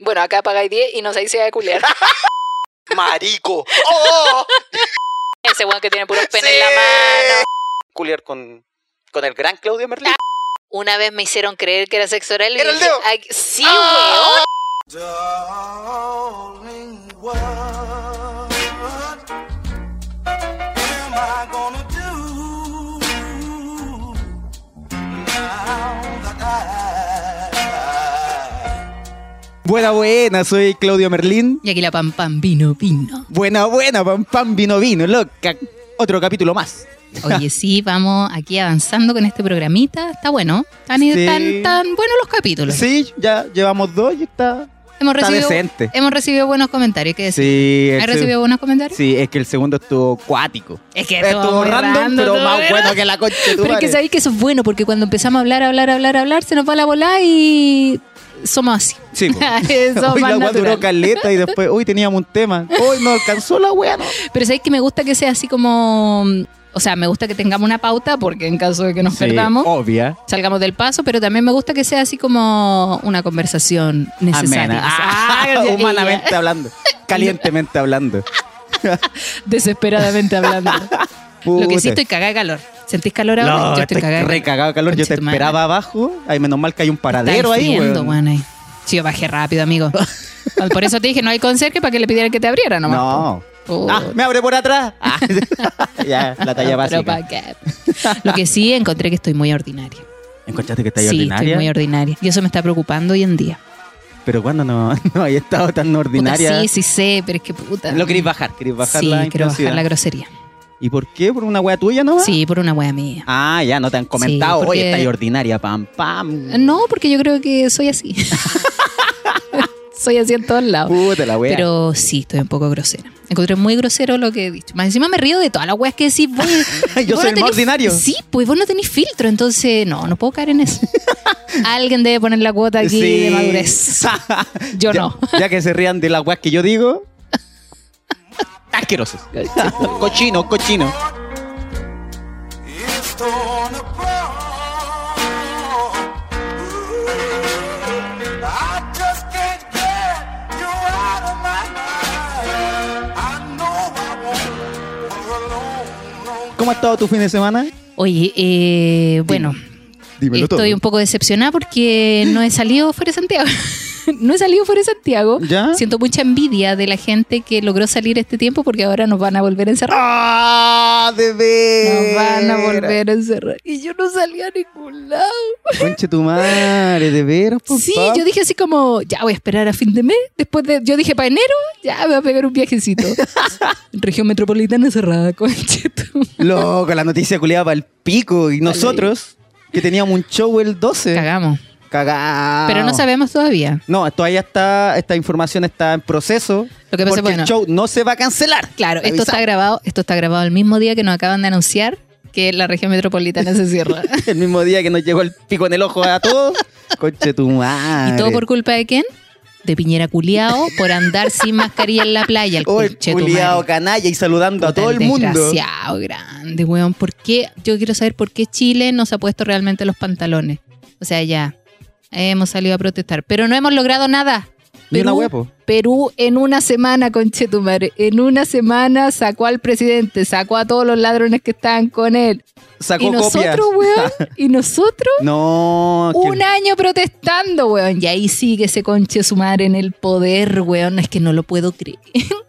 Bueno, acá pagáis 10 y no sé si se va a culear. Marico. ¡Oh! Ese weón que tiene puros penes en la mano. Culiar con, con el gran Claudio Merlín. Una vez me hicieron creer que era sexo oral y Era el dije, dedo. "Ay, sí, Ah. weón. Darling, what am I gonna do now that I Buena, buena, soy Claudio Merlín. Y aquí la pam pam vino vino. Buena, buena, pam, pam, vino, vino, loca. Otro capítulo más. Oye, sí, vamos aquí avanzando con este programita. Está bueno. Están Sí. tan, tan buenos los capítulos. Sí, ya llevamos dos y está... hemos está recibido, decente. Hemos recibido buenos comentarios. ¿Qué decir? Sí, ¿Has el se- recibido buenos comentarios? sí, es que el segundo estuvo cuático. Es que Estuvo muy random, pero todo, más ¿verdad? bueno que la concha de tu Pero es que madre. sabéis que eso es bueno, porque cuando empezamos a hablar, hablar, hablar, hablar, se nos va la bola y somos así. Sí, po. Eso Uy, más la weá duró natural. caleta y después, uy, teníamos un tema. Uy, no alcanzó la weá, no. Pero sabéis que me gusta que sea así como. O sea, me gusta que tengamos una pauta, porque en caso de que nos perdamos. obvia. salgamos del paso, pero también me gusta que sea así como una conversación necesaria. Amena. Ah, Ella, humanamente hablando. Calientemente hablando. eh, Desesperadamente hablando. Lo que sí Puta. estoy cagada de calor. ¿Sentís calor ahora? No, yo estoy cagada. de re cagado de calor. Yo te Conche tu madre. esperaba abajo. Ay, menos mal que hay un Está paradero ahí, enfriando, weón. weón, ahí. Sí, yo bajé rápido, amigo. Por eso te dije, no hay conserje para que le pidieran que te abriera nomás. po. No. Ah, Oh. me abre por atrás. Ah. ya, Ah, la talla Pero básica. pa' qué. Lo que sí encontré que estoy muy ordinaria. ¿Encontraste que está ahí sí, estoy ordinaria? muy ordinaria. Y eso me está preocupando hoy en día. Pero cuando no, no he estado tan Puta, ordinaria. sí, sí sé, pero es que puta. Lo querís bajar, querís bajar sí, la quiero bajar intensidad. la grosería. ¿Y por qué? ¿Por una wea tuya nomás? Sí, por una wea mía. Ah, ya, no te han Sí, comentado. porque- Oye, está ahí ordinaria, pam, pam. No, porque yo creo que soy así. soy así en todos lados. Puta la wea. Pero sí, estoy un poco grosera. Encontré muy grosero lo que he dicho. Más encima me río de todas las weas que decís. vos- Yo vos soy el más tenés- ordinario. Sí, pues vos no tenés filtro, entonces no, no puedo caer en eso. Alguien debe poner la cuota aquí Sí. de madurez. Yo Ya- no. Ya que se rían de las weas que yo digo. Asquerosos. cochino, cochino. is torn apart. Ooh, I just can't get you out of my mind. I know I won't for a long, long ¿Cómo ha estado tu fin de semana? Oye, eh, bueno, estoy un poco decepcionada porque no he salido fuera de Santiago. No he salido fuera de Santiago. ¿Ya? Siento mucha envidia de la gente que logró salir este tiempo porque ahora nos van a volver a encerrar. ¡Ah, de Nos veras! van a volver a encerrar. Y yo no salí a ningún lado. Conche tu madre, de veras, pues, por Sí, favor. yo dije así como, ya voy a esperar a fin de mes. Después de, yo dije para enero, ya me voy a pegar un viajecito. Región metropolitana cerrada, conchetum. Loco, la noticia culiaba para el pico. Y nosotros, que teníamos un show el 12. Cagamos. Cagamos. Pero no sabemos todavía. No, todavía está, esta información está en proceso. Lo que pasa, porque bueno. el show no se va a cancelar. Claro, esto está Avisamos. grabado, esto está grabado el mismo día que nos acaban de anunciar que la región metropolitana se cierra. El mismo día que nos llegó el pico en el ojo a todos. Conche tu madre. ¿Y todo por culpa de quién? De Piñera Culeado por andar sin mascarilla en la playa. El Oh, el conchetumare. culiao canalla y saludando a Puta, todo el mundo. Desgraciado, grande, weón. ¿Por qué? Yo quiero saber por qué Chile nos ha puesto realmente los pantalones. O sea, ya. Hemos salido a protestar, pero no hemos logrado nada. Ni una Perú, hueá, po. Perú en una semana, conchetumare, en una semana sacó al presidente, sacó a todos los ladrones que estaban con él. y Sacó copias. nosotros, weón, y nosotros No, que- un año protestando, weón. Y ahí sigue ese conche su madre en el poder, weón. Es que no lo puedo creer.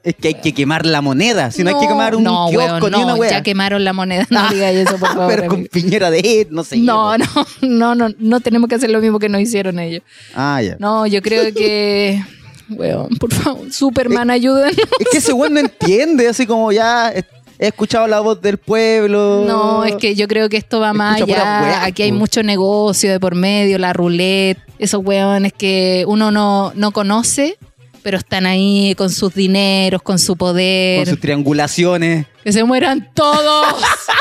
es que hay que quemar la moneda. Si no, hay que quemar un no, kiosco weón, ni una no, hueá. ya quemaron la moneda. No digas eso, por favor. Pero con amigo. piñera de no sé. no, no, no, no, no tenemos que hacer lo mismo que nos hicieron ellos. Ah, ya. No, yo creo que. Weón, por favor, Eh, Superman, ayúdenos. Es que ese weón no entiende, así como ya eh, he escuchado la voz del pueblo. No, es que yo creo que esto va más Escucha pura allá. weá, Aquí hay po. mucho negocio de por medio, la roulette, esos weones que uno no, no conoce, pero están ahí con sus dineros, con su Con poder. sus triangulaciones. Que se mueran todos.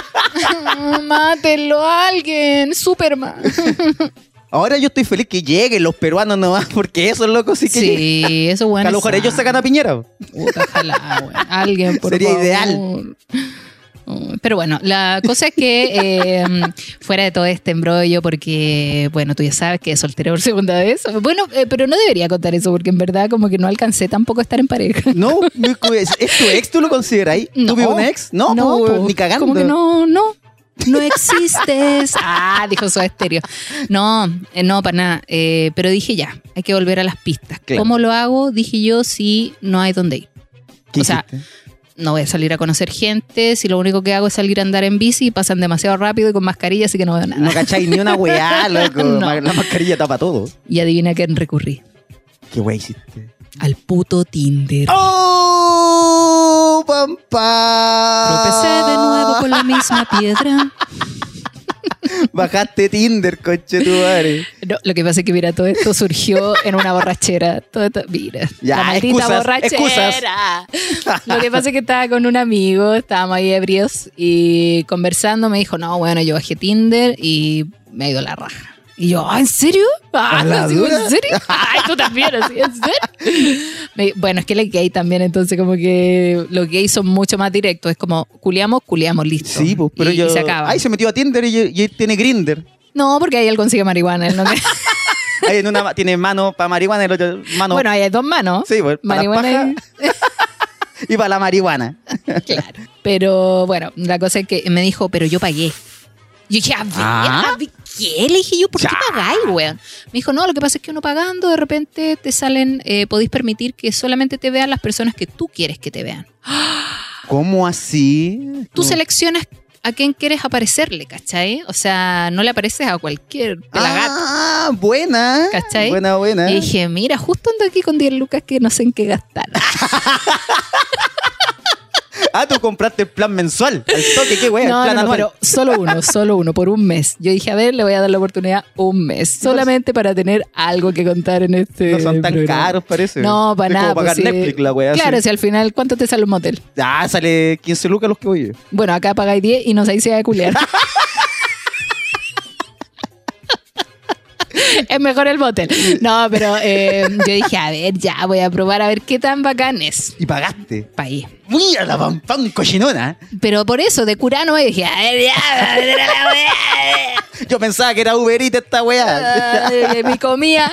Mátenlo a alguien, Superman. Ahora yo estoy feliz que lleguen los peruanos nomás, porque esos locos sí que llegan. Sí, eso Que bueno. a lo mejor ellos sacan a Piñera. Puta, ojalá, weón. Alguien, por Sería favor. ideal. Mm, Pero bueno, la cosa es que eh, fuera de todo este embrollo, porque, bueno, tú ya sabes que es soltera por segunda vez. Bueno, eh, pero no debería contar eso, porque en verdad como que no alcancé tampoco a estar en pareja. No, ¿es, es tu ex? ¿Tú lo consideras ahí? ¿Tú No. vives un ex? No, pues, po. ni cagando. Como que no, no. No existes. Ah, dijo su estéreo. No, eh, no, para nada. Eh, pero dije ya, hay que volver a las pistas. Claro. ¿Cómo lo hago? Dije yo, si no hay dónde ir. ¿Qué o sea, hiciste? No voy a salir a conocer gente. Si lo único que hago es salir a andar en bici, y pasan demasiado rápido y con mascarilla, así que no veo nada. no cacháis ni una weá, loco. No. Ma- La mascarilla tapa todo. Y adivina a quién recurrí. ¿Qué weá hiciste? Al puto Tinder. ¡Oh! ¡Pam, pam! Tropecé de nuevo con la misma piedra. Bajaste Tinder, coche tu madre. No, lo que pasa es que, mira, todo esto surgió en una borrachera. Todo esto- mira, Ya, la maldita excusas, borrachera. excusas. Lo que pasa es que estaba con un amigo, estábamos ahí ebrios y conversando me dijo, no, bueno, yo bajé Tinder y me ha ido la raja. Y yo, "Ah, ¿en serio? Ah, ¿A la así como, dura? ¿En serio? Ay, tú también, así, ¿en serio? Me- bueno, es que el gay también, entonces como que los gays son mucho más directos. Es como, culiamos, culiamos, listo. Sí, pues, pero y, yo. y se acaba. Ahí se metió a Tinder y, y él tiene Grinder. No, porque ahí él consigue marihuana. él no tiene- Ahí en una ma- tiene mano para marihuana y el otro mano. Bueno, ahí hay dos manos. Ah, sí, pues, para la marihuana paja y para la marihuana. Claro. Pero bueno, la cosa es que me dijo, pero yo pagué. Yo dije, a ver, Ah. a ver, ¿qué? Le dije yo, ¿por qué pagáis, weón? Me dijo, no, lo que pasa es que uno pagando, de repente te salen, eh, podéis permitir que solamente te vean las personas que tú quieres que te vean. ¿Cómo así? Tú No. seleccionas a quién quieres aparecerle, ¿cachai? O sea, no le apareces a cualquier pelagato. Ah, buena. ¿Cachai? Buena, buena. Y dije, mira, justo ando aquí con 10 lucas que no sé en qué gastar. Ah, tú compraste el plan mensual. Al toque, qué wea, no, el plan no, no, anual. pero solo uno, solo uno, por un mes. Yo dije, a ver, le voy a dar la oportunidad un mes, solamente para tener algo que contar en este. no son tan programa. caros, parece. No, para es nada. Como pagar pues, sí. Netflix, la wea. Claro, así. si al final, ¿cuánto te sale un motel? Ah, sale 15 lucas los que voy yo. Bueno, acá pagáis 10 y nos ahí se va a culiar. Es mejor el motel. No, pero eh, yo dije, a ver, ya voy a probar a ver qué tan bacán es. Y pagaste. País. Mira la pam pam cochinona. Pero por eso, de curano, dije, a ver, ya, a ver, la weá. Yo pensaba que era Uber Eats esta Ah, wea. Ay, mi comida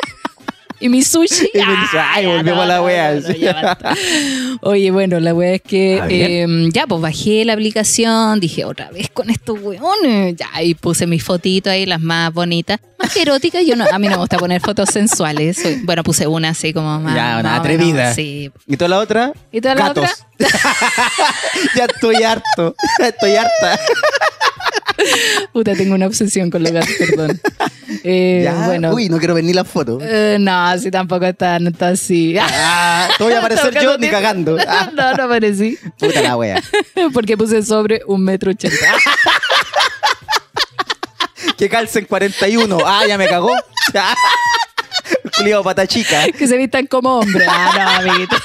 y mi sushi. Ah, Y me dice, ay, volvemos a la wea. ya basta. Oye, bueno, la wea es que Ah, bien. em, ya, pues bajé la aplicación, dije otra vez con estos weones. Ya, y puse mis fotitos ahí, las más bonitas, más que eróticas. Yo no, a mí no me gusta poner fotos sensuales. Soy- Bueno, puse una así como más. Ya, más o una menos, atrevida. sí. ¿Y toda la otra? ¿Y toda la Gatos. ya estoy harto. Estoy harta. Puta, tengo una obsesión con los gatos, perdón. Eh, ya. bueno. Uy, no quiero venir la foto. eh, no, así tampoco está, no está así. Ah, te voy a aparecer Tocando yo ni tiempo. cagando. Ah, No, no aparecí. puta la wea. Porque puse sobre un metro ochenta. Ah, Que calcen 41. Ah, ya me cagó. Ah, Culiao pata chica. Que se vistan como hombre. Ah, no, amiguito.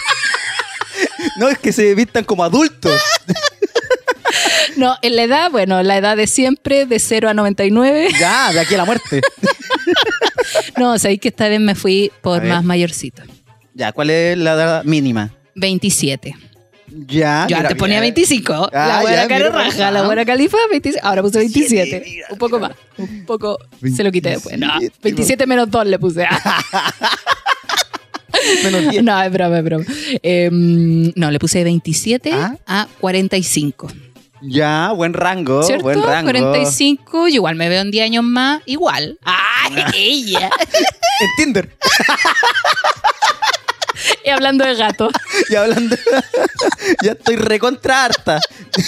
No, es que se vistan como adultos. No, en la edad, bueno, la edad de siempre, de 0 a 99. Ya, de aquí a la muerte. No, sabéis que esta vez me fui A por ver. más mayorcito. Ya, ¿cuál es la edad mínima? 27. Ya. Yo Ah, mira, antes ponía mira. 25. Ah, la buena ya, cara mira, raja, la ajá. buena califa, 27. Ahora puse 27. mira, un poco más. Un poco. se lo quité después. No, 27, 27 menos 2 le puse. Ah, Menos 10. no, es broma, es broma. Eh, no, le puse 27 Ah. a 45. Ya, buen rango. ¿Cierto? Oh, Buen rango. 45, yo igual me veo en 10 años más, igual. ¡Ay, Ah. ella! En Tinder. y hablando de gato. Y hablando. ya estoy recontra harta.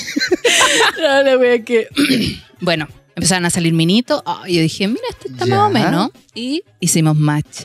No, la wea que... bueno, empezaron a salir minitos. Ah, yo dije, mira, este está Ya. más o menos. Y hicimos match.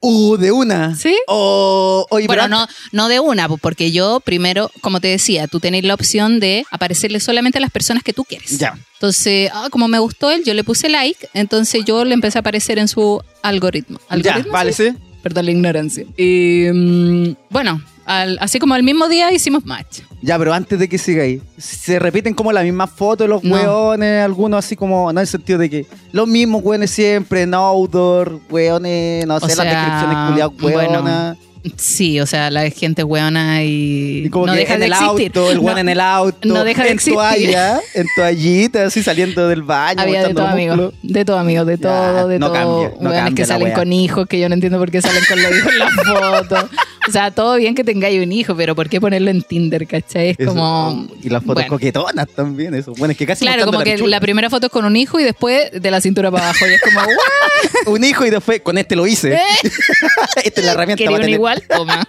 Uh, de una. ¿Sí? O oye, bueno, pero no, no de una, po, porque yo primero, como te decía, tú tenés la opción de aparecerle solamente a las personas que tú quieres. Ya. Entonces, ah, como me gustó él, yo le puse like, entonces yo le empecé a aparecer en su algoritmo. Ya, ¿Algoritmo? vale, sí. sí. Perdón la ignorancia. Y, mm, bueno, al- así como el mismo día hicimos match. Ya, pero antes de que siga ahí, se repiten como las mismas fotos, los No. hueones, algunos así como, no en el sentido de que los mismos hueones siempre, en outdoor, hueones, no O sé, las sea, descripciones culiadas bueno. hueonas. Sí, o sea, la gente hueona y, Y como no que deja en de el existir. auto, el No, weón en el auto, no deja de en existir. toalla, en toallita, así saliendo del baño, Había de mostrando todo, amigo. músculo. De todo, amigo. De Ya, todo, de no todo. cambia, no Hueones cambia que la salen wea. con hijos, que yo no entiendo por qué salen con los hijos en las fotos. O sea, todo bien que tengáis un hijo, pero ¿por qué ponerlo en Tinder, cachai? Es Eso, como... y las fotos bueno. coquetonas también, eso. Bueno, es que casi Claro, mostrando como que pichula. la primera foto es con un hijo y después de la cintura para abajo. Y es como, ¿what? un hijo y después con este lo hice. Esta es la herramienta ¿Quería un para tener. ¿Eh? igual? Toma.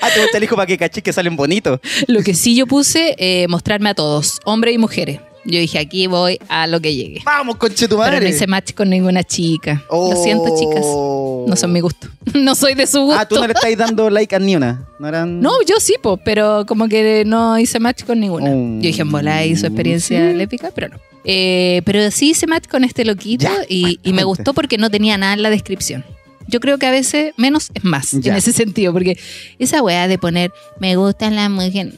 Ah, te gusta el hijo para que cachis que salen bonitos. Lo que sí yo puse, eh, mostrarme a todos, hombres y mujeres. Yo dije, aquí voy a lo que llegue. Vamos, conche tu Pero no madre. hice match con ninguna chica. Lo siento, chicas. Oh. No son mi gusto. No soy de su gusto. Ah, tú no le estáis dando like a ni una. No eran. No, yo sí, po, pero como que no hice match con ninguna. Mm. Yo dije, en bola hizo experiencia lépica, pero no. Eh, pero sí hice match con este loquito Ya, y, y cuenta. me gustó porque no tenía nada en la descripción. Yo creo que a veces menos es más Ya. en ese sentido, porque esa weá de poner me gustan las mujeres.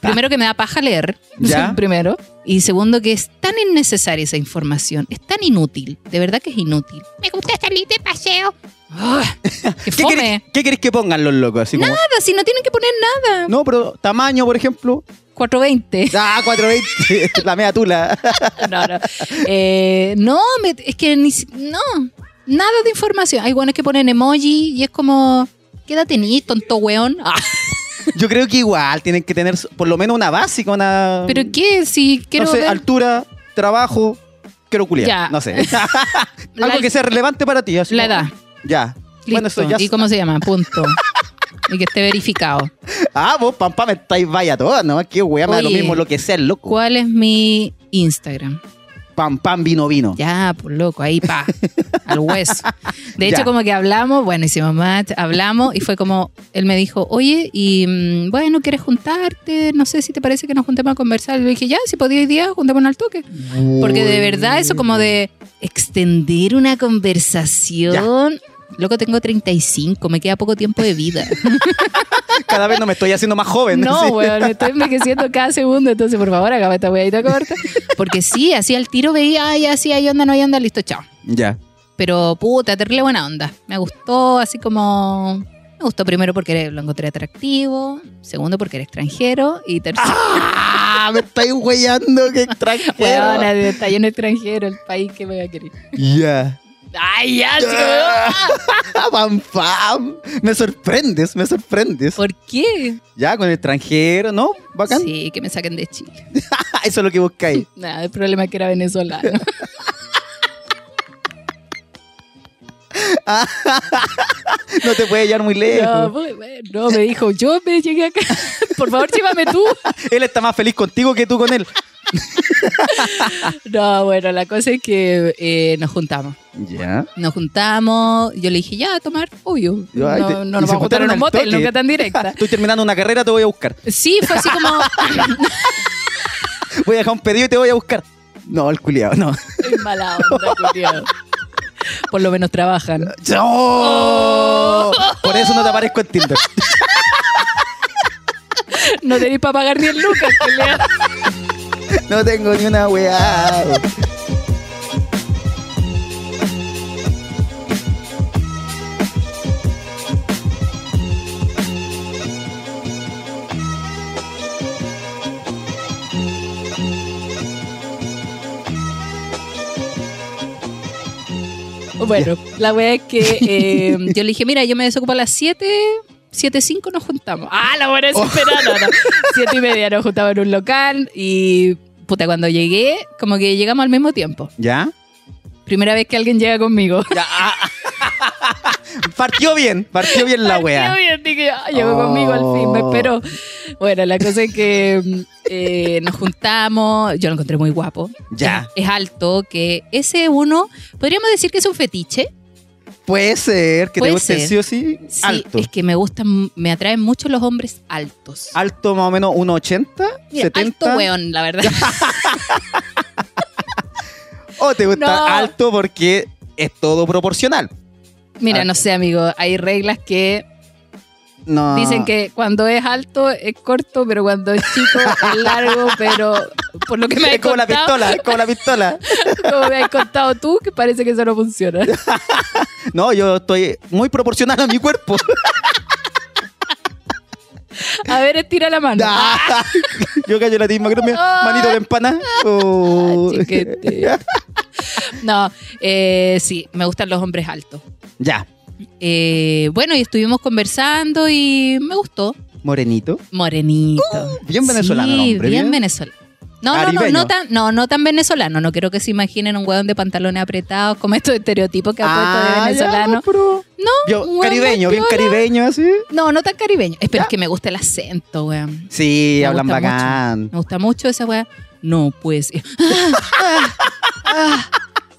primero que me da paja leer, Ya. primero. Y segundo que es tan innecesaria esa información, es tan inútil, de verdad que es inútil. Me gusta salir de paseo. Ah, ¡Qué ¿Qué fome! querés, qué querés que pongan los locos? Así como, Nada, si no tienen que poner nada. no, pero tamaño, por ejemplo. 420. Ah, 420. la media tula. No, no. Eh, no, me- es que ni. si- No, nada de información. Hay buenos que ponen emoji y es como. Quédate ni tonto weón. Ah, Yo creo que igual tienen que tener su- por lo menos una básica, una. pero qué, si quiero. no sé, ver- altura, trabajo, quiero culiar. Ya. No sé. La- Algo que sea relevante para ti. así La como- edad. Ya. Bueno, Listo. eso ya. ¿Y cómo se llama? Punto. y que esté verificado. Ah, vos, pam, pam, estáis vaya todas, ¿no? Qué weá, me da lo Oye. mismo lo que sea, el loco. ¿Cuál es mi Instagram? Pam, pam, vino, vino. Ya, por loco, ahí pa, al hueso. De hecho, Ya. como que hablamos, bueno, hicimos match, hablamos y fue como, él me dijo, oye, y mm, bueno, ¿quieres juntarte? No sé si te parece que nos juntemos a conversar. Le dije, ya, si podía hoy día, juntémonos al toque. Porque de verdad, eso como de extender una conversación. Loco, tengo 35, me queda poco tiempo de vida. Cada vez no me estoy haciendo más joven. No, así. weón, me estoy envejeciendo cada segundo, entonces por favor, acaba esta weadita corta. Porque sí, así al tiro veía, ay, así hay onda, no hay onda, listo, chao. Ya. Pero puta, terrible buena onda. Me gustó así como... Me gustó primero porque lo encontré atractivo, segundo porque era extranjero y tercero... Ah, me estáis weyando, qué Weón, extranjero. está lleno de extranjero, el país que me va a querer. Ya. Ay, ya, sí, weón. Pam, pam. Me sorprendes, me sorprendes. ¿Por qué? Ya, con el extranjero, ¿no? Bacán. Sí, que me saquen de Chile. Eso es lo que buscáis. Nada, el problema es que era venezolano. No te puede llevar muy No, lejos. pues, bueno, no, me dijo, yo me llegué acá. Por favor, llévame tú. Él está más feliz contigo que tú con él. No, bueno, la cosa es que eh, nos juntamos. Ya. Nos juntamos, yo le dije, ya, a tomar, obvio. Yo, ay, no te- no y nos se vamos a juntar juntaron en un al motel, toque. nunca tan directa. Estoy terminando una carrera, te voy a buscar. Sí, fue así como, Voy a dejar un pedido y te voy a buscar. No, el culiado, no. "Ay, mala onda, culiao". Por lo menos trabajan. ¡No! Oh. Por eso no te aparezco en Tinder. No tenéis para pagar ni el lucas, culiao. No tengo ni una weá. Bueno, la wea es que eh, yo le dije, mira, yo me desocupo a las 7, 7, 5 nos juntamos. Ah, la buena Oh. desesperada, no, no. 7 y media nos juntamos en un local y puta, cuando llegué, como que llegamos al mismo tiempo. ¿Ya? Primera vez que alguien llega conmigo. Partió bien, partió bien la Partió weá. bien, dije, ah, llegó Oh. conmigo al fin, me espero. Bueno, la cosa es que mm, eh, nos juntamos, yo lo encontré muy guapo. Ya. Es, es alto, que ese uno, podríamos decir que es un fetiche. Puede ser que Puede te guste ser. sí o sí. Sí, alto. es que me gustan, me atraen mucho los hombres altos. Alto más o menos 1,80, Mira, 70. Alto weón, la verdad. O Oh, te gusta No. alto porque es todo proporcional. Mira, Alto. no sé, amigo, hay reglas que No. Dicen que cuando es alto es corto, pero cuando es chico es largo, pero por lo que me Es has como la contado, pistola, es como la pistola. como me has contado tú, que parece que eso no funciona. No, yo estoy muy proporcional a mi cuerpo. A ver, estira la mano. Ah, yo callo la misma creo, mira, manito de empana. Oh. Chiquete. No, eh, sí, me gustan los hombres altos. Ya, Eh, bueno, y estuvimos conversando y me gustó. morenito. Morenito. Uh, bien venezolano el Sí, hombre, bien bien. venezolano. No, no, no, Caribeño. no tan, no, no tan venezolano. No quiero que se imaginen un hueón de pantalones apretados como estos estereotipos que ha Ah, puesto de venezolano. No, pues, Yo, hueón caribeño, bien piola. caribeño, así. No, no tan caribeño. Espero es que me gusta el acento, weón. Sí, Me hablan gusta mucho. bacán. Me gusta mucho esa weá. No, pues. Ah, ah, ah.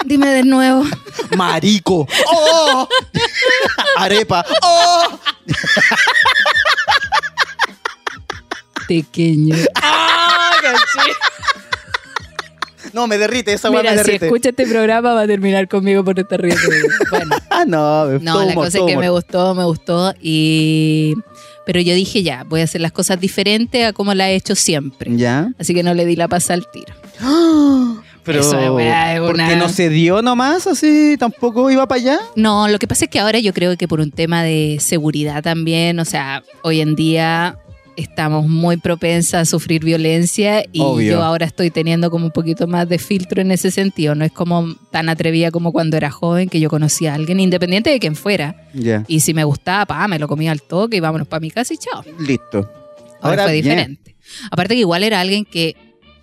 dime de nuevo. Marico. ¡Oh! Arepa. ¡Oh! Pequeño. No, me derrite, esa weá me Mira, si derrite. escucha este programa va a terminar conmigo por estar riendo. Bueno. Ah, no, No, todo la humor, cosa es todo que humor. me gustó, me gustó. Y... Pero yo dije, ya, voy a hacer las cosas diferentes a como la he hecho siempre. ¿Ya? Así que no le di la pasa al tiro. Pero Eso es, weá, es porque una- no se dio nomás, así tampoco iba para allá. No, lo que pasa es que ahora yo creo que por un tema de seguridad también, o sea, hoy en día estamos muy propensas a sufrir violencia y Obvio. yo ahora estoy teniendo como un poquito más de filtro en ese sentido. No es como tan atrevida como cuando era joven que yo conocía a alguien, independiente de quién fuera. Ya. Y si me gustaba, pa, me lo comía al toque y vámonos para mi casa y chao. Listo. Ahora, fue bien. diferente. Aparte que igual era alguien que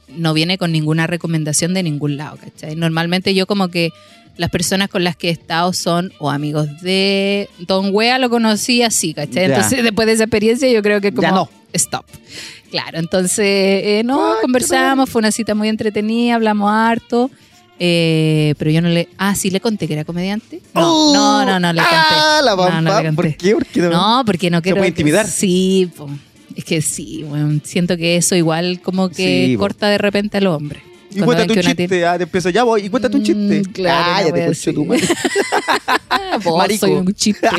no viene con ninguna recomendación de ningún lado, ¿cachai? Normalmente yo como que las personas con las que he estado son o amigos de Don Wea lo conocí así, ¿cachai? Ya. Entonces después de esa experiencia yo creo que como Ya no. Ah, stop. Claro, entonces eh, no, conversamos, fue una cita muy entretenida, hablamos harto. eh, pero yo no le... Ah, sí, le conté que era comediante. No, ¡Oh! no, no, no, le conté. Ah, la No, no, pampa. le conté. ¿Por qué? ¿Por qué no? No, porque no quiero. puede intimidar? Sí, po. es que sí, weón. siento que eso igual como que Sí, po. corta de repente al hombre. Y Cuando ven cuéntate que un una chiste. tiene- Ah, te empiezo. Ya voy. Y cuéntate un chiste. Mm, claro, una Cállate, wea conche tu así. madre. Ah, vos, Marico. soy un chiste.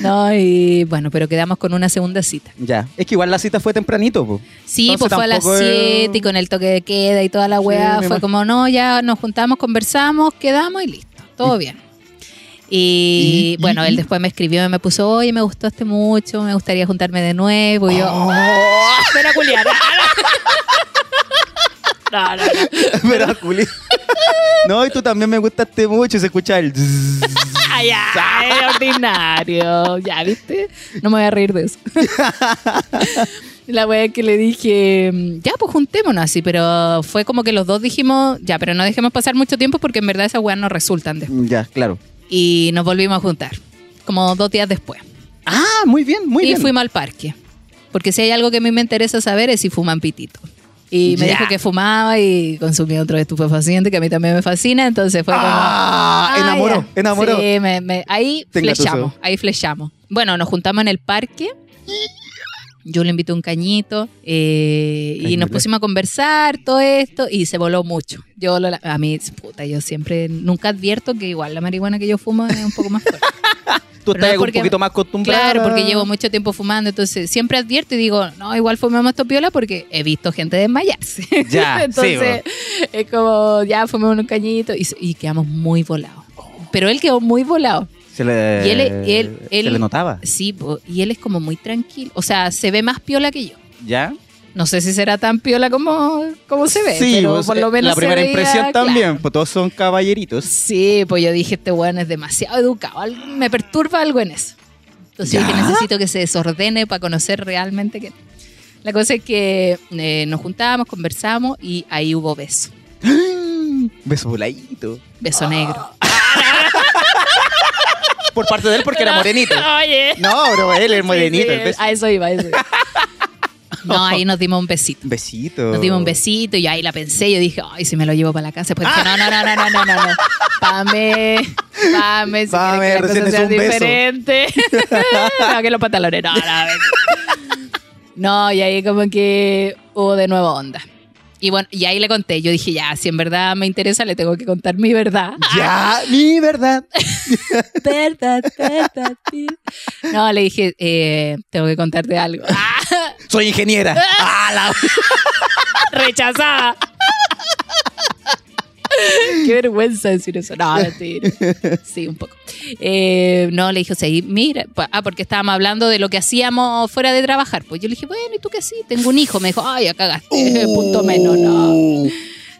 no, y bueno, pero quedamos con una segunda cita. Ya. Es que igual la cita fue tempranito, po. Sí, Entonces pues fue a las tampoco es- 7 y con el toque de queda y toda la weá. me fue imag- como, no, ya nos juntamos, conversamos, quedamos y listo. Todo bien. Y, Y- y- bueno, y- él después me escribió y me puso, oye, me gustaste mucho, me gustaría juntarme de nuevo. Y yo, Oh, Ven a culiar. No, no, no. pero, Juli. No, y tú también me gustaste mucho. y Se escucha el. zzzz. Ay, ay, era ordinario. Ya, ¿viste? No me voy a reír de eso. La wea que le dije, ya, pues juntémonos así, pero fue como que los dos dijimos, ya, pero no dejemos pasar mucho tiempo porque en verdad esas weas no resultan después. ya, claro. Y nos volvimos a juntar, como dos días después. Ah, muy bien, muy y bien. fuimos al parque. Porque si hay algo que a mí me interesa saber es si fuman pitito. Y me Ya. dijo que fumaba y consumía otro estupefaciente que a mí también me fascina. Entonces fue como. Ah, ya. enamoró, enamoró. Sí, me- me- ahí Te engatusó. flechamos, ahí flechamos. Bueno, nos juntamos en el parque. Yo le invité un cañito eh, y Cañito. nos pusimos a conversar todo esto y se voló mucho. Yo lo- a mí, puta, yo siempre nunca advierto que igual la marihuana que yo fumo es un poco más fuerte. Tú pero no estás es porque- un poquito más acostumbrado. Claro, porque llevo mucho tiempo fumando, entonces siempre advierto y digo, no, igual fumemos esto piola porque he visto gente desmayarse. Ya, sí, pues, entonces es como, ya fumemos un cañito y, y quedamos muy volados. Pero él quedó muy volado. Se le, Y él- y él- se él- le notaba. Sí, po, y él es como muy tranquilo. O sea, se ve más piola que yo. ¿Ya? No sé si será tan piola como, como se ve, sí, pero vos, por eh, lo menos la se primera veía- impresión claro. también, pues todos son caballeritos. Sí, pues yo dije, este weón es demasiado educado. Al- Me perturba algo en eso. Entonces yo Ya. dije, necesito que se desordene para conocer realmente que... La cosa es que eh, nos juntábamos, conversamos y ahí hubo beso. Beso voladito. Beso negro. Por parte de él porque era morenito. Oye. No, bro, él es morenito. el beso. A eso iba, a eso iba. No, ahí nos dimos un besito. Besito. Nos dimos un besito y yo ahí la pensé. Yo dije, ay, si me lo llevo para la casa. Pues dije, no, no, no, no, no, no, no, no. Pame, pame, si Pame, quieres que recién la cosa es sea un beso. diferente. no, que los pantalones, no, no. a ver. No, y ahí como que hubo de nuevo onda. Y bueno, y ahí le conté. Yo dije, ya, si en verdad me interesa, le tengo que contar mi verdad. Ya, mi verdad. Verdad, verdad, sí. No, le dije, eh, tengo que contarte algo. Ah, Soy ingeniera. Ah, la- Rechazada. Qué vergüenza decir eso. No, mentira. Sí, un poco. Eh, no, le dije, o sea, y mira, pa- ah, porque estábamos hablando de lo que hacíamos fuera de trabajar. Pues yo le dije, bueno, ¿y tú qué sí? Tengo un hijo. Me dijo, ay, acá gasté, punto menos. No. Uh.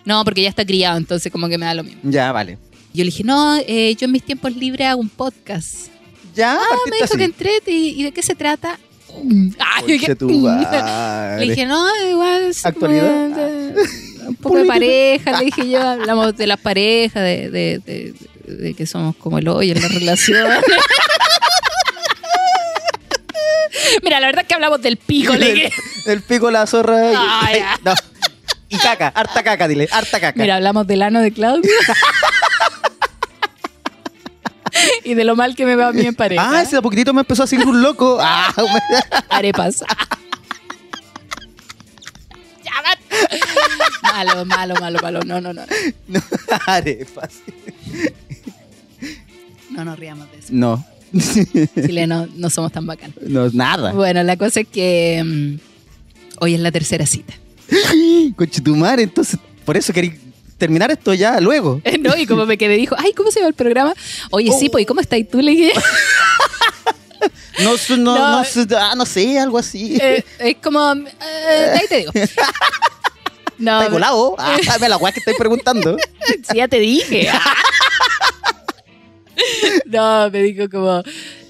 no, porque ya está criado, entonces como que me da lo mismo. Ya, vale. Yo le dije, no, eh, yo en mis tiempos libres hago un podcast. Ya, partiste Ah, me dijo así. que entrete y, y de qué se trata. Ay, Conche dije, tu madre. le dije, no, igual. es como Actualidad. de- un poco de pareja, le dije yo. Hablamos de las parejas, de, de- de- de que somos como el hoyo en las relaciones. Mira, la verdad es que hablamos del pico, le El, dije. el pico, la zorra. Y, Ah, ya. no. y caca, harta caca, dile, harta caca. Mira, hablamos del ano de Claudio. y de lo mal que me va a mí en pareja. ah, ese de a poquitito me empezó a seguir un loco. Ah, arepas. Ya basta. Malo, malo, malo, malo. No, no, no. no, arepas. No nos riamos de eso. No, Chilenos no somos tan bacán. no es nada. Bueno, la cosa es que mm, hoy es la tercera cita. Conchetumare, entonces, por eso quería terminar esto ya luego. ¿No? Y como me quedé, dijo, ay, ¿cómo se va el programa? Oye, sí, pues, ¿y cómo estás tú? Le dije, No, su- no, No. no, su- ah, no sé, algo así. eh, es como, eh, de ahí te digo. No, ¿Está colado? Ah, dame la guay que estáis preguntando. Sí, ya te dije. no, me dijo como,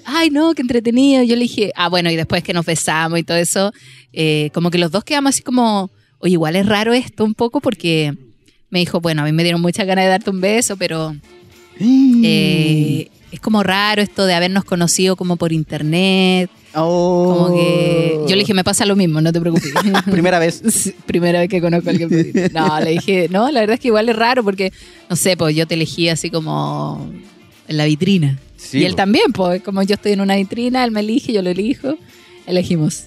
ay, no, qué entretenido. Yo le dije, ah, bueno, y después que nos besamos y todo eso, eh, como que los dos quedamos así como, oye, igual es raro esto un poco porque me dijo, bueno, a mí me dieron muchas ganas de darte un beso, pero eh, es como raro esto de habernos conocido como por internet. Oh. Como que yo le dije, me pasa lo mismo, no te preocupes. Primera vez. Sí, Primera vez que conozco a alguien por Tinder. No, le dije, no, la verdad es que igual es raro porque, no sé, pues yo te elegí así como en la vitrina. Sí, y él po. también, pues como yo estoy en una vitrina, él me elige, yo lo elijo, elegimos.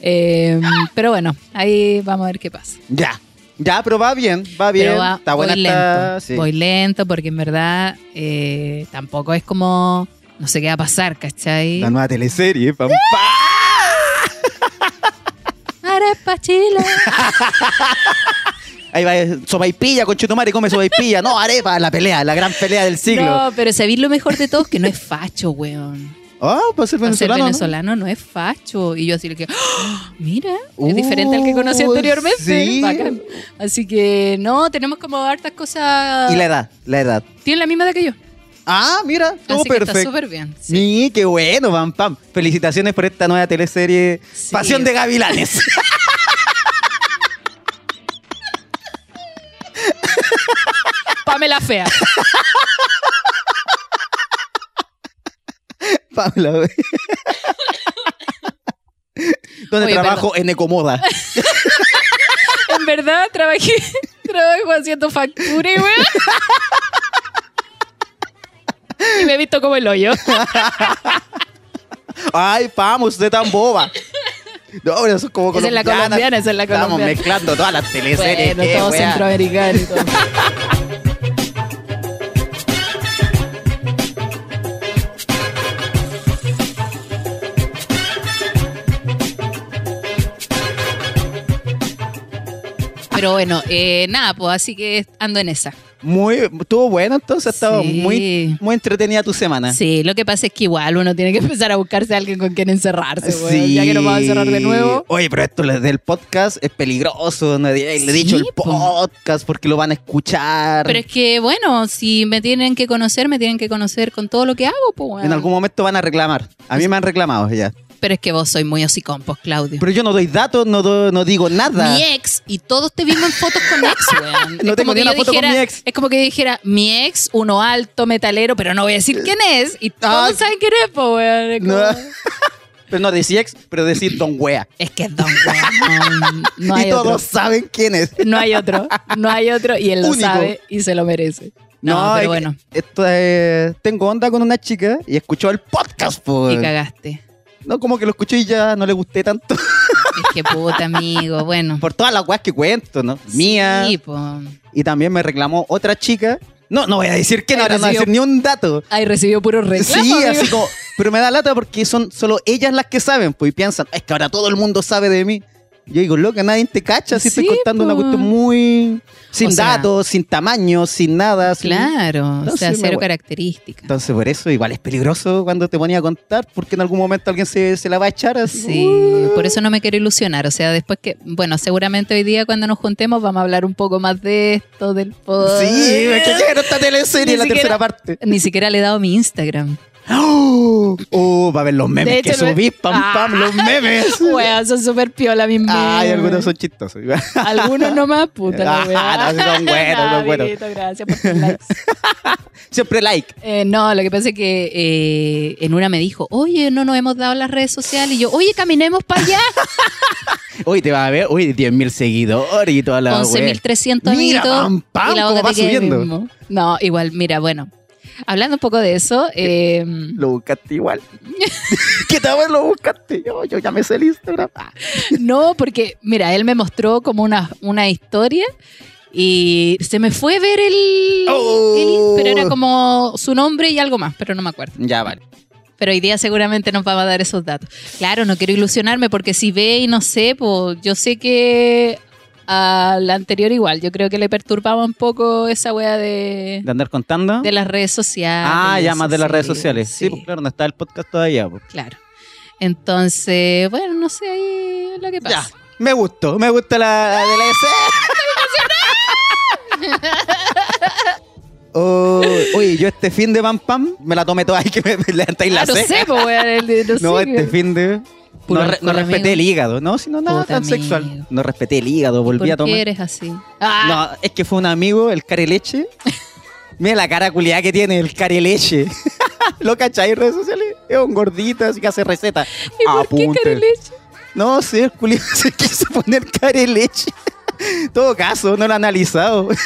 Eh, pero bueno, ahí vamos a ver qué pasa. Ya. Ya, pero va bien, va bien. Pero va- está buena voy esta- lento, sí. voy lento porque en verdad eh, tampoco es como, no sé qué va a pasar, ¿cachai? La nueva teleserie, pam, Arepa chila. Ahí va, eh, sopaipilla, conchetumare, come sopaipilla. No, arepa, la pelea, la gran pelea del siglo. No, pero sabéis lo mejor de todo es que no es facho, weón. Ah, para ser Para ser venezolano. ¿no? venezolano no es facho. Y yo así le que, ¡Ah! mira, Uh, es diferente al que conocí anteriormente. sí. Bacán. Así que no, tenemos como hartas cosas. Y la edad, la edad. Tiene la misma edad que yo. Ah, mira, todo así que está perfecto. súper bien. sí. Sí, qué bueno, pam, pam. Felicitaciones por esta nueva teleserie Sí. Pasión de Gavilanes. Pamela fea. Pablo. güey. Donde Oye, trabajo en Ecomoda. en verdad, trabajé, trabajo haciendo factura y weón. Y me he visto como el hoyo. Ay, vamos, usted tan boba. No, pero eso es como Esa es la colombiana. colombiana, esa es la Estamos colombiana. mezclando todas las teleseries. Bueno, qué todo wea. centroamericano y todo. Pero bueno, eh, nada, pues así que ando en esa. Muy, estuvo bueno entonces, ha estado Sí. muy, muy entretenida tu semana. Sí, lo que pasa es que igual uno tiene que empezar a buscarse a alguien con quien encerrarse, weón, Sí. ya que nos vamos a encerrar de nuevo. Oye, pero esto lo del podcast es peligroso. no le le he dicho Sí, el po. podcast porque lo van a escuchar. Pero es que bueno, si me tienen que conocer, me tienen que conocer con todo lo que hago, pues weón. En algún momento van a reclamar. A mí me han reclamado ya. Pero es que vos sois muy hocicón, pues, Claudio. Pero yo no doy datos, no, do- no digo nada. Mi ex, y todos te vimos en fotos con ex, weón. No Es tengo como que ni una yo foto con dijera- mi ex. Es como que yo dijera, mi ex, uno alto, metalero, pero no voy a decir quién es. Y todos Ah. saben quién es, po, weón. Es, como- No. Pero no decir ex, pero decir don wea. es que es don, weón. No, no y hay todos otro. saben quién es. No hay otro. No hay otro. Y él lo Único. sabe y se lo merece. No, es pero que bueno. Esto es- tengo onda con una chica y escuchó el podcast, por. Y cagaste. No, como que lo escuchó y ya no le gusté tanto. Es que puta, amigo. Bueno. Por todas las weas que cuento, ¿no? Mía. Sí, po. Y también me reclamó otra chica. No, no voy a decir que no, Ay, ahora no voy a recibió- decir ni un dato. Ay, recibió puros reclamos. sí, Pues amigo. así como. Pero me da lata porque son solo ellas las que saben, pues, y piensan, es que ahora todo el mundo sabe de mí. Yo digo, loca, nadie te cacha si estoy Sí, contando una po. cuestión muy. sin O sea- datos, sin tamaño, sin nada. sin- Claro. o sea, Entonces, me cero voy. características. Entonces, por eso igual es peligroso cuando te ponía a contar, porque en algún momento alguien se, se la va a echar así. uh. Sí, pues. por eso no me quiero ilusionar. O sea, después que, bueno, seguramente hoy día cuando nos juntemos vamos a hablar un poco más de esto, del podcast. Sí, me caché en esta teleserie, Ni la siquiera- tercera parte. Ni siquiera le he dado mi Instagram. ¡Oh! oh, va a ver los memes De que hecho, el- subís, pam, pam, Ah. los memes. Weón, son súper piola mis Ay, memes. algunos son chistosos. Algunos nomás, puta la Ah, weá. no, son buenos, Nah, son buenos. amiguito, gracias por tus likes. Siempre like. Eh, no, lo que pasa es que eh, en una me dijo, oye, no nos hemos dado las redes sociales. Y yo, oye, caminemos para allá. Uy, te va a ver, uy, 10.000 seguidores y toda la wea. 11.300 Mira, amiguitos, pam, pam, y la cómo otra va te queda ahí subiendo. mismo. No, igual, mira, bueno. Hablando un poco de eso, eh, Lo buscaste igual. ¿Qué tal vez lo buscaste? Yo, yo ya me sé el Instagram. Ah, no, porque, mira, él me mostró como una, una historia y se me fue ver el, Oh. el- Pero era como su nombre y algo más, pero no me acuerdo. ya, vale. Pero hoy día seguramente nos va a dar esos datos. Claro, no quiero ilusionarme porque si ve y no sé, pues yo sé que a la anterior igual, yo creo que le perturbaba un poco esa wea de... ¿De andar contando? De las redes sociales. ah, ya más de las sí, redes sociales. Sí, Sí, pues claro, no está el podcast todavía. pues. claro. Entonces, bueno, no sé ahí lo que Ya, pasa. me gustó, me gusta la, la de la Oh, oye, yo este fin de pam pam me la tomé toda ahí que me, me levantáis la Ah, no ceja. sé, pues, weón, el de- no, No, sé, este weón. fin de. Puro No, re- no alcohol, respeté amigo. el hígado, no, sino nada Puta, tan sexual. amigo. No respeté el hígado, ¿Por volví a tomar. qué eres así? Ah, No, es que fue un amigo, el careleche. Mira la cara culiada que tiene, el careleche. ¿Lo cacháis en redes sociales? Es un gordito, así que hace recetas. ¿Y por qué cara leche? No, sí, el culiado se quiso poner careleche. Todo caso, no lo ha analizado.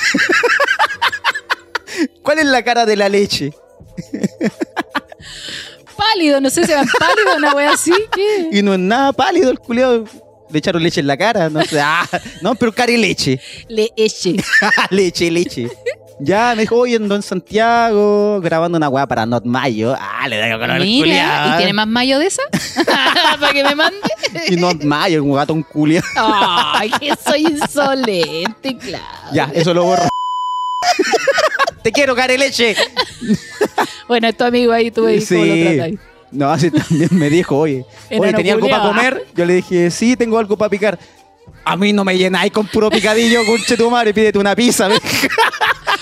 ¿Cuál es la cara de la leche? Pálido, no sé si van pálido una wea así. ¿qué? Y no es nada pálido el culiado. Le echaron leche en la cara, no sé. Ah, no, pero careleche. Le eche. leche, leche. Ya, me dijo, oye, ando en Santiago grabando una weá para Not Mayo. Ah, le da color al Mira, ¿y culiao. tiene más mayo de esa? Para que me mande. Y Not Mayo, un gato, un culiao. Ay, que soy insolente, claro. Ya, eso lo borro. Te quiero, careleche. Bueno, es tu amigo ahí, tú ahí, ¿cómo lo Sí. tratáis? No, así también me dijo, oye, oye, Enano ¿tenía algo para culiao. comer? Yo le dije, sí, tengo algo para picar. A mí no me llenáis con puro picadillo, conche tu madre, pídete una pizza. me dijo.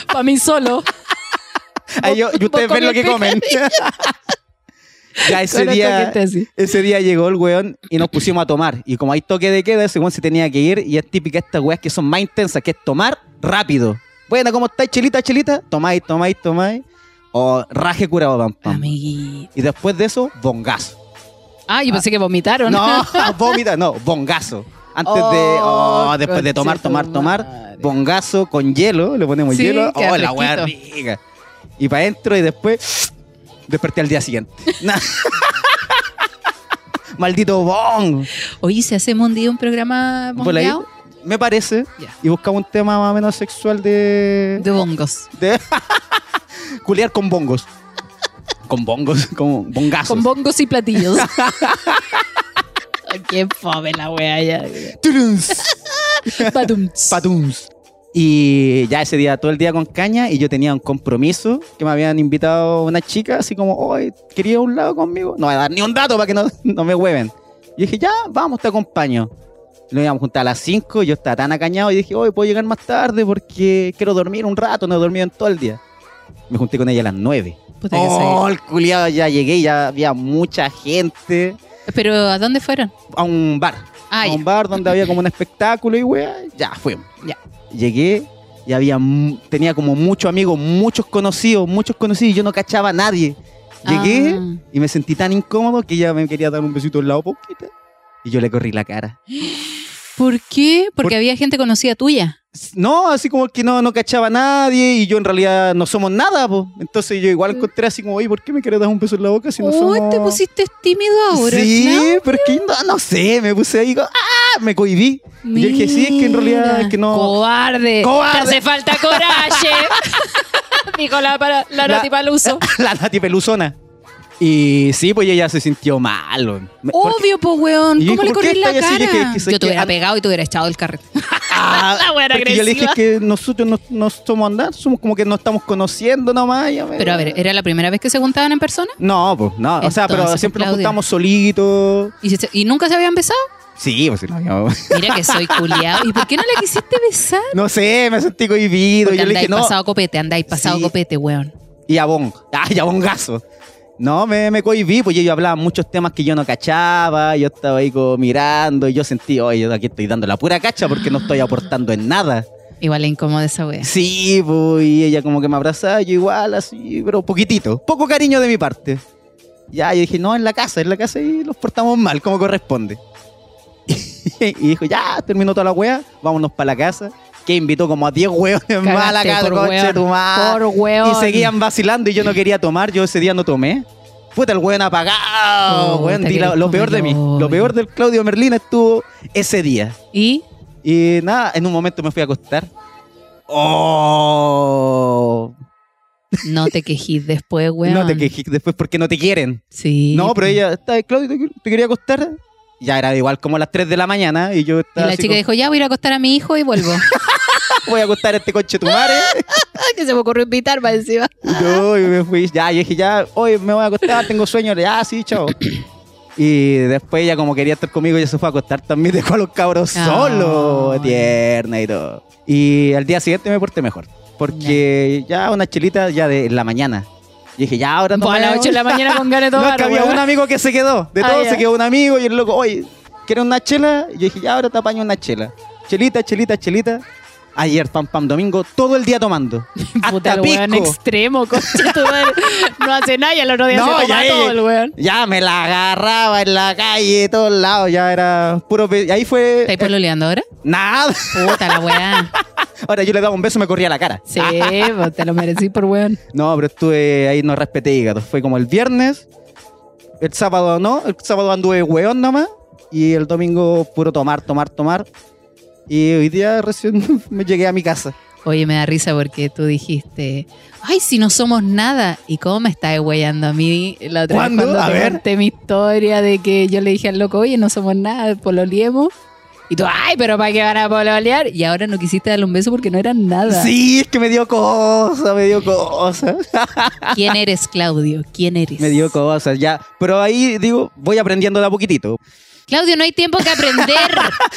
Para mí solo. Ahí yo- y Vos ustedes ven comí lo que comen. ya ese Con el día, toquete así. ese día llegó el weón y nos pusimos a tomar. Y como hay toque de queda, ese weón se tenía que ir. Y es típica estas weas que son más intensas, que es tomar rápido. Bueno, ¿cómo estáis, chelita, chelita? Tomáis, tomáis, tomáis. O raje curado, pam, pam. Amiguito. Y después de eso, bongazo. Ah, yo pensé que vomitaron. No, vómita, no, bongazo. Antes de, Oh, oh, después de tomar, tomar, tomar, conchetumare. bongazo con hielo, le ponemos Sí, hielo, queda oh, la hueá fresquito. rica. Y para adentro y después desperté al día siguiente. Nah. Maldito bon. Oye, si hacemos un día un programa Por ahí, bongeado me parece. Ya. Y buscamos un tema más o menos sexual de. de bongos. de- culiar con bongos. Con bongos, con bongazos. Con bongos y platillos. Ay, Qué fome la wea ya. Turunz. Patums. Patums. Y ya ese día, todo el día con caña, y yo tenía un compromiso que me habían invitado una chica, así como, hoy quería un lado conmigo. No voy a dar ni un dato para que no, no me hueven. Y dije, ya, vamos, te acompaño. Y Nos íbamos a juntar a las 5, yo estaba tan acañado y dije, hoy puedo llegar más tarde porque quiero dormir un rato, no he dormido en todo el día. Me junté con ella a las 9. Puta que Oh, el culiado, ya llegué, ya había mucha gente soy. Pero ¿a dónde fueron? a un bar Ah, a ya. un bar donde había como un espectáculo y weá, ya fuimos. Ya. Llegué y había mu- tenía como muchos amigos, muchos conocidos, muchos conocidos y yo no cachaba a nadie. Llegué Ah. y me sentí tan incómodo que ella me quería dar un besito en la boquita y yo le corrí la cara. ¿Por qué? Porque Por- había gente conocida tuya. No, así como que no, no cachaba a nadie y yo en realidad no somos nada, po. Entonces yo igual encontré así como, oye, ¿por qué me quieres dar un beso en la boca si no Uy, somos...? te pusiste tímido ahora. sí, ¿no? pero es que no, no sé, me puse ahí como, ¡ah! ¡Ah! Me cohibí. Y yo dije, sí, es que en realidad es que no. Cobarde. Cobarde. Te hace falta coraje. Dijo la, para, la, La- Nati Paluso. la Nati Peluzona. Y sí, pues ella se sintió mal. weón. Me- porque- Obvio, pues, weón. Y yo ¿Cómo dije, le ¿por qué corrí la estáis cara? así? Yo dije, que sé Yo que te hubiera an- pegado y te hubiera echado el carrete. Ah, La buena porque yo le dije agresiva. que nosotros no, no somos andar, somos como que no estamos conociendo nomás. ya me- Pero a ver, ¿era la primera vez que se juntaban en persona? No, pues, no. o sea, pero Entonces, siempre nos Claudia. juntamos solitos. ¿Y, se- y nunca se habían besado? Sí, pues no, yo- Mira que soy culiado. ¿Y por qué no la quisiste besar? no sé, me sentí cohibido. Porque yo le andáis dije, no. pasado copete, andáis pasado Sí. copete, weón. Y abón. Ah, y abongazo. No, me, me cohibí, pues yo, yo hablaba muchos temas que yo no cachaba, yo estaba ahí como mirando y yo sentí, oye, aquí estoy dando la pura cacha porque no estoy aportando en nada. Igual le incomoda esa wea. Sí, pues, y ella como que me abrazaba, yo igual, así, pero poquitito. Poco cariño de mi parte. Ya, yo dije, no, en la casa, en la casa y los portamos mal, como corresponde. y dijo, ya, terminó toda la wea, vámonos para la casa. Que invitó como a 10 weones más a la Cagaste, casa, por coche, weón, tu madre. por weón. Ah, Y seguían vacilando y yo no quería tomar, yo ese día no tomé. Puta, el weón apagado, Puta, weón, que di la- eres lo peor de mí. comelón. Lo peor del Claudio Merlina estuvo ese día. Y Y nada, en un momento me fui a acostar. ¡Oh! no te quejís después, weón. No te quejes después porque no te quieren. Sí. No, pero ella, está, Claudio, te, te quería acostar. Ya era igual como a las 3 de la mañana y yo Y estaba la así chica como, dijo, ya voy a ir a acostar a mi hijo y vuelvo. voy a acostar a este coche tu madre. que se me ocurrió invitar para encima. no, y me fui. Ya, yo dije, ya, hoy me voy a acostar, tengo sueño. Ya, sí, chao. Y después ella como quería estar conmigo, ella se fue a acostar también, dejó a los cabros Ay. solos, tierna y todo. Y al día siguiente me porté mejor, porque ya una chelita ya de la mañana. Y dije, ya ahora no Pues a me- las 8 de la mañana con ganas de No, tomar, es que había weón. un amigo que se quedó, de Ah, todos ya. se quedó un amigo y el loco, oye, ¿quieres una chela? Y yo dije, ya ahora te apaño una chela. Chelita, chelita, chelita. Ayer, pam, pam, domingo, todo el día tomando. Puta, Hasta el weón pico. extremo, concha tu madre. No hace nada y al otro día No, se toma ya, todo el weón. Ya me la agarraba en la calle, de todos lados, ya era puro... pe- y Ahí fue... ¿Estáis pololeando ahora? Nada. Puta la weá. Ahora yo le daba un beso y me corría la cara. Sí, pues, te lo merecí por weón. No, pero estuve ahí, no respeté hígado. Fue como el viernes, el sábado no, el sábado anduve hueón nomás y el domingo puro tomar, tomar, tomar. Y hoy día recién me llegué a mi casa. Oye, me da risa porque tú dijiste, ay, si no somos nada. ¿Y cómo me estás huellando a mí la otra ¿Cuándo? vez cuando A te ver. conté mi historia de que yo le dije al loco, oye, no somos nada, pololeemos? Y tú, ay, pero ¿para qué van a pololear? Y ahora no quisiste darle un beso porque no eran nada. Sí, es que me dio cosa, me dio cosa. ¿Quién eres, Claudio? ¿Quién eres? me dio cosas, ya. Pero ahí digo, voy aprendiendo de a poquitito. Claudio, no hay tiempo que aprender.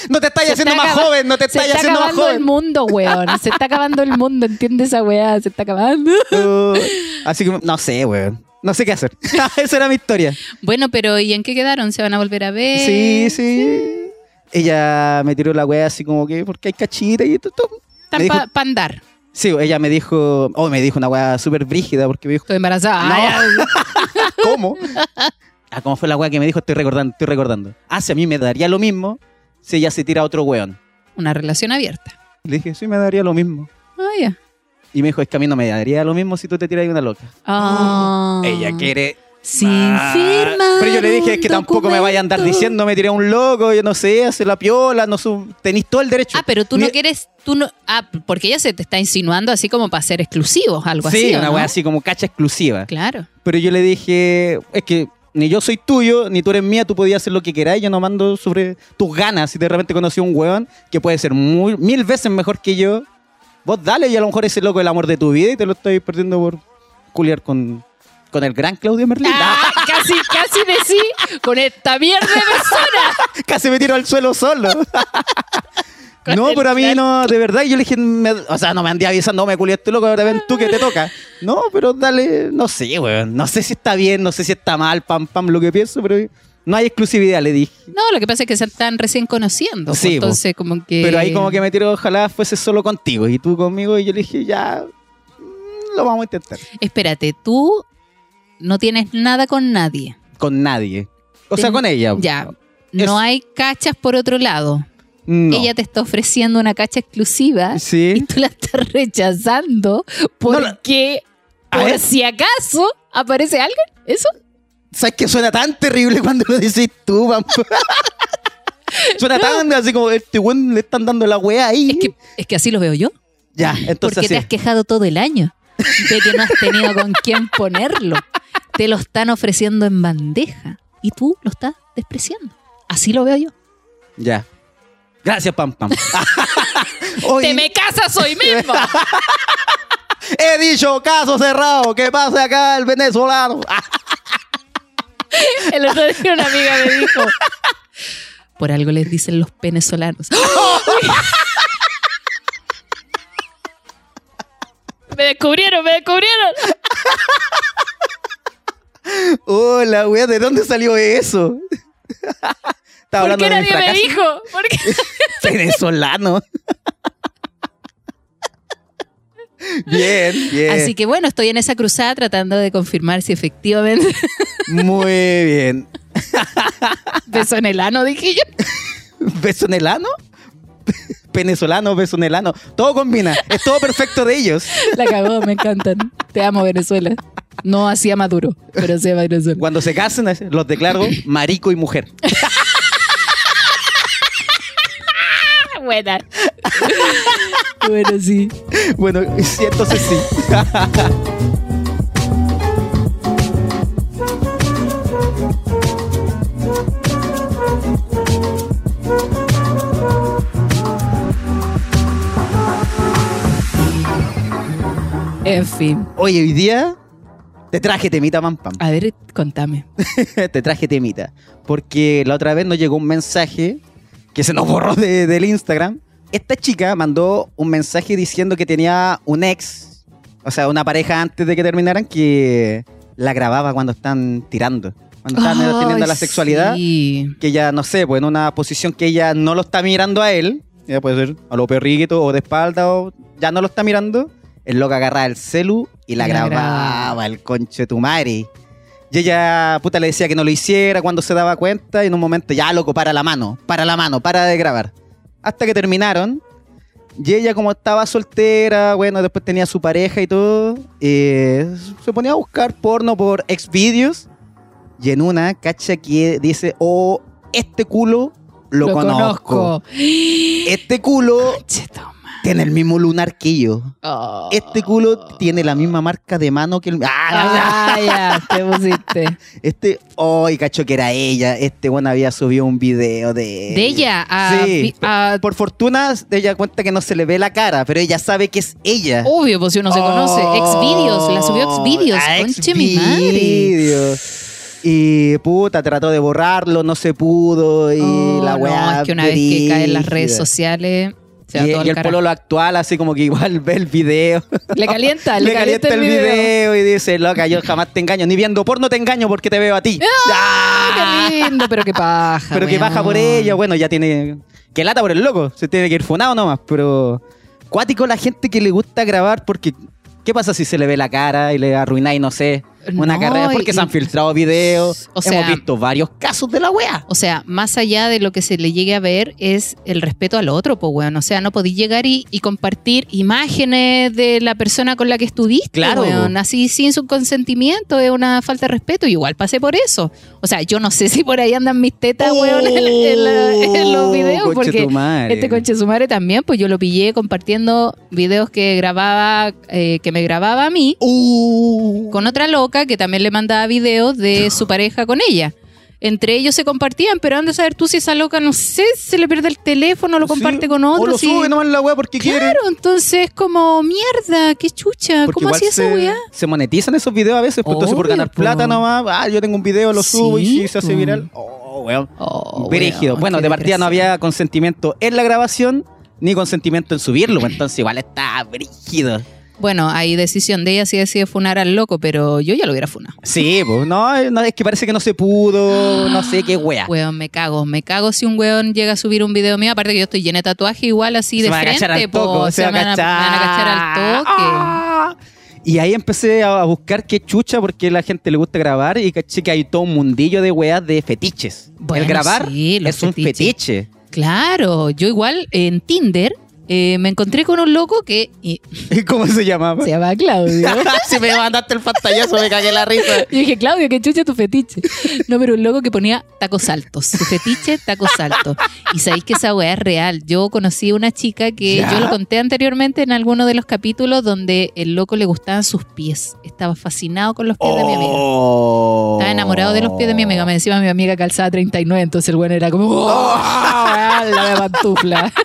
No te estás Se haciendo está más acaba- joven, no te Se estás está haciendo más acabando el joven. mundo, weón. Se está acabando el mundo, ¿entiendes esa weá? Se está acabando. Uh, así que no sé, weón. No sé qué hacer. Esa era mi historia. Bueno, pero ¿y en qué quedaron? ¿Se van a volver a ver? sí, sí. Ella me tiró la weá así como que, porque hay cachita y todo. todo. Me Están dijo- para andar. Sí, ella me dijo, oh, me dijo una weá súper brígida porque me dijo, Estoy embarazada. Ay, ¿cómo? ah, ¿cómo fue la weá que me dijo? Estoy recordando, estoy recordando. Ah, si a mí me daría lo mismo si ella se tira a otro weón. una relación abierta. Le dije, sí, me daría lo mismo. Ah, ya. Y me dijo, es que a mí no me daría lo mismo si tú te tiras de una loca. Ah. Ella quiere Sin más. firmar Pero yo le dije, es que un tampoco me vaya a andar documento. diciendo, me tiré a un loco, yo no sé, hace la piola, no su... tenéis todo el derecho. Ah, pero tú no Ni- quieres, tú no, ah, porque ella se te está insinuando así como para ser exclusivos, algo así. Sí, ¿o una no? weá así como cacha exclusiva. Claro. Pero yo le dije, es que ni yo soy tuyo, ni tú eres mía, tú podías hacer lo que queráis, yo no mando sobre tus ganas. Si de repente conocí a un weón que puede ser muy- mil veces mejor que yo, vos dale y a lo mejor ese loco es el amor de tu vida y te lo estoy perdiendo por culiar con, con el gran Claudio Merlín. Ah, casi, casi de sí con esta mierda de persona. Casi me tiro al suelo solo. Con no, el pero a mí gran- no, de verdad, yo le dije, me- o sea, no me andé avisando, me culiaste loco, ahora ven tú que te toca. No, pero dale, no sé, weón, no sé si está bien, no sé si está mal, pam, pam, lo que pienso, pero no hay exclusividad, le dije. No, lo que pasa es que se están recién conociendo. pues, Sí, po. entonces, como que. Pero ahí como que me tiró, ojalá fuese solo contigo y tú conmigo, y yo le dije, ya, mm, lo vamos a intentar. Espérate, tú no tienes nada con nadie. Con nadie. O sea, Ten- con ella. Ya. Es- No hay cachas por otro lado. No. Ella te está ofreciendo una cacha exclusiva y Sí. tú la estás rechazando porque A por ver. si acaso aparece alguien. ¿Eso? ¿Sabes que suena tan terrible cuando lo dices tú, pam? Suena tan así como este weón le están dando la weá ahí. Es que, es que así lo veo yo. ya, entonces porque así. te has quejado todo el año de que no has tenido con quién ponerlo. Te lo están ofreciendo en bandeja y tú lo estás despreciando. Así lo veo yo. Ya. Gracias, Pam Pam. Oye, ¡Te me casas hoy mismo! he dicho caso cerrado. ¿Qué pasa acá el venezolano? Ah, El otro día una amiga me dijo. Por algo les dicen los venezolanos. me descubrieron, me descubrieron. Hola, weá, ¿de dónde salió eso? Estaba ¿Por qué de mi nadie me fracaso. dijo? ¿Por qué? Venezolano. bien, bien. Así que bueno, estoy en esa cruzada tratando de confirmar si efectivamente Muy bien. beso en el ano, dije yo. ¿Besonelano? Venezolano, besonelano. Todo combina. Es todo perfecto de ellos. La cagó, me encantan. Te amo, Venezuela. No hacía Maduro, pero sí a Venezuela. Cuando se casen, los declaro marico y mujer. Ah, Buena. bueno, sí. Bueno, sí, entonces sí. En fin. Oye, hoy día te traje temita, pam pam. A ver, contame. te traje temita. Porque la otra vez nos llegó un mensaje que se nos borró de- del Instagram. Esta chica mandó un mensaje diciendo que tenía un ex, o sea, una pareja antes de que terminaran, que la grababa cuando están tirando, cuando están eh, teniendo Ay, la sexualidad. sí. que ella, no sé, pues en una posición que ella no lo está mirando a él, ya puede ser a lo perrito o de espalda o ya no lo está mirando, el loco agarraba el celu y la, La grababa, grababa. el concho de tu madre. Y ella, puta, le decía que no lo hiciera cuando se daba cuenta y en un momento, ya loco, para la mano, para la mano, para de grabar. Hasta que terminaron. Y ella como estaba soltera, bueno, después tenía su pareja y todo, eh, se ponía a buscar porno por Xvideos y en una cacha que dice, oh, este culo lo, conozco. Este culo Che, toma. tiene el mismo lunar que yo. Oh. Este culo tiene la misma marca de mano que el... ¡Ah! Ah, ya, te pusiste. Este, oh, y cacho que era ella. Este bueno había subido un video de... De ella a, Eh, Sí. vi- a- Por fortuna, ella cuenta que no se le ve la cara, pero ella sabe que es ella. Obvio, pues si uno se conoce. Exvideos, la subió Exvideos. Oh, A Conche mi madre. Xvideos. Y puta, trató de borrarlo, no se pudo. Y Oh, la weá. no, es que una vez que caen las redes brígida. sociales, se va Y, todo y al el carajo. pololo actual, así como que igual ve el video. Le calienta, le calienta el video. y dice, loca, yo jamás te engaño. Ni viendo porno te engaño porque te veo a ti. Ah, qué lindo, pero que paja. Pero que weón. baja por ella, bueno, ya tiene. Que lata por el loco, se tiene que ir funado nomás, pero. Cuático la gente que le gusta grabar porque. ¿Qué pasa si se le ve la cara y le arruináis, no sé, una No, carrera? Porque y- se han filtrado videos. O sea- Hemos visto varios casos de la wea. O sea, más allá de lo que se le llegue a ver es el respeto al otro, pues weón. O sea, no podís llegar y, y compartir imágenes de la persona con la que estuviste, Claro, weón. po. Así sin su consentimiento es una falta de respeto. Y Igual pasé por eso. O sea, yo no sé si por ahí andan mis tetas, weón, en, en la- en los videos. Oh, conche Porque tu madre. Este conche su madre también, pues yo lo pillé compartiendo videos que grababa, eh, que me grababa a mí Uh. con otra loca que también le mandaba videos de su pareja con ella. Entre ellos se compartían, pero anda a saber tú si esa loca, no sé, se le pierde el teléfono, lo Sí, comparte con O otro. lo si- sube nomás la wea porque quiere. Claro, entonces como mierda, qué chucha, Porque ¿cómo igual hacía esa se, weá? se monetizan esos videos a veces, pues, entonces por Obvio, ganar po. plata nomás, ah, yo tengo un video, lo subo y Sí, sí, se hace po. viral. Oh, weón. Oh, Brígido. weón, Bueno, qué de partida no desgracia. había consentimiento en la grabación ni consentimiento en subirlo, pues, entonces igual está brígido. Bueno, hay decisión de ella si decide funar al loco, pero yo ya lo hubiera funado. Sí, pues no, no, es que parece que no se pudo, no sé qué wea. Weón, me cago, me cago si un weón llega a subir un video mío, aparte que yo estoy llena de tatuaje igual así se de van a cachar frente, al po, toque, o se sea, van a me cachar. van a cachar al toque. Ah. Y ahí empecé a a buscar qué chucha porque la gente le gusta grabar y caché que hay todo un mundillo de weas de fetiches. Bueno, El grabar sí, los es un fetiches. fetiche. Claro, yo igual en Tinder eh, me encontré con un loco que y- ¿Cómo se llamaba? se llama Claudio. si me mandaste el pantallazo, me cagué la risa. Yo dije, Claudio, que chucha tu fetiche. No, pero un loco que ponía tacos altos. Su fetiche, tacos altos. Y sabéis que esa weá es real. Yo conocí a una chica que Ya. yo lo conté anteriormente en alguno de los capítulos donde el loco le gustaban sus pies. Estaba fascinado con los pies de mi amiga. Estaba enamorado de los pies de mi amiga. Me decía mi amiga calzada 39, entonces el bueno era como, ¡Oh, weá, la de pantufla!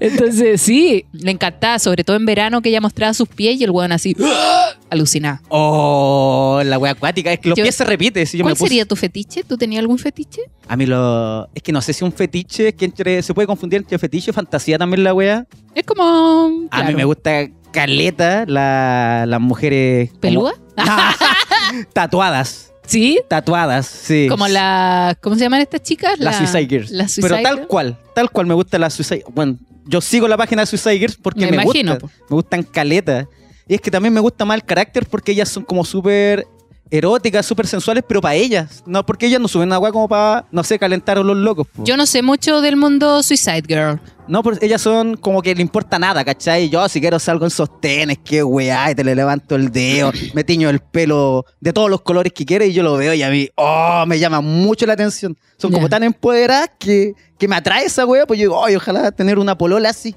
Entonces, sí, le encantaba, sobre todo en verano que ella mostraba sus pies y el weón así, ¡ah! alucinado. Oh, la wea acuática. Es que los Yo- pies se repiten. Si yo me ¿Cuál puse- sería tu fetiche? ¿Tú tenías algún fetiche? A mí lo. Es que no sé si un fetiche. Es que entre- se puede confundir entre fetiche y fantasía también la wea. Es como. A mí me gusta caleta la- las mujeres. como- Ah, ¿Pelúa? tatuadas. Sí. Tatuadas, sí. Como las. ¿Cómo se llaman estas chicas? Las Suicide Girls. Las Suicide Pero tal Girls. cual, tal cual me gusta las Suicide Bueno, yo sigo la página de Suicide Girls porque Me me, imagino, gusta. Me gustan caletas. Y es que también me gusta más el carácter porque ellas son como súper eróticas, súper sensuales, pero para ellas. No, porque ellas no suben agua como para, no sé, calentar a los locos. po. Yo no sé mucho del mundo Suicide Girl. No, porque ellas son como que le importa nada, ¿cachai? Yo si quiero salgo en sostenes, qué weá, y te le levanto el dedo, me tiño el pelo de todos los colores que quiera y yo lo veo y a mí, oh, me llama mucho la atención. Son como Ya. tan empoderadas que, que me atrae esa weá, pues yo digo, ay, ojalá tener una polola así.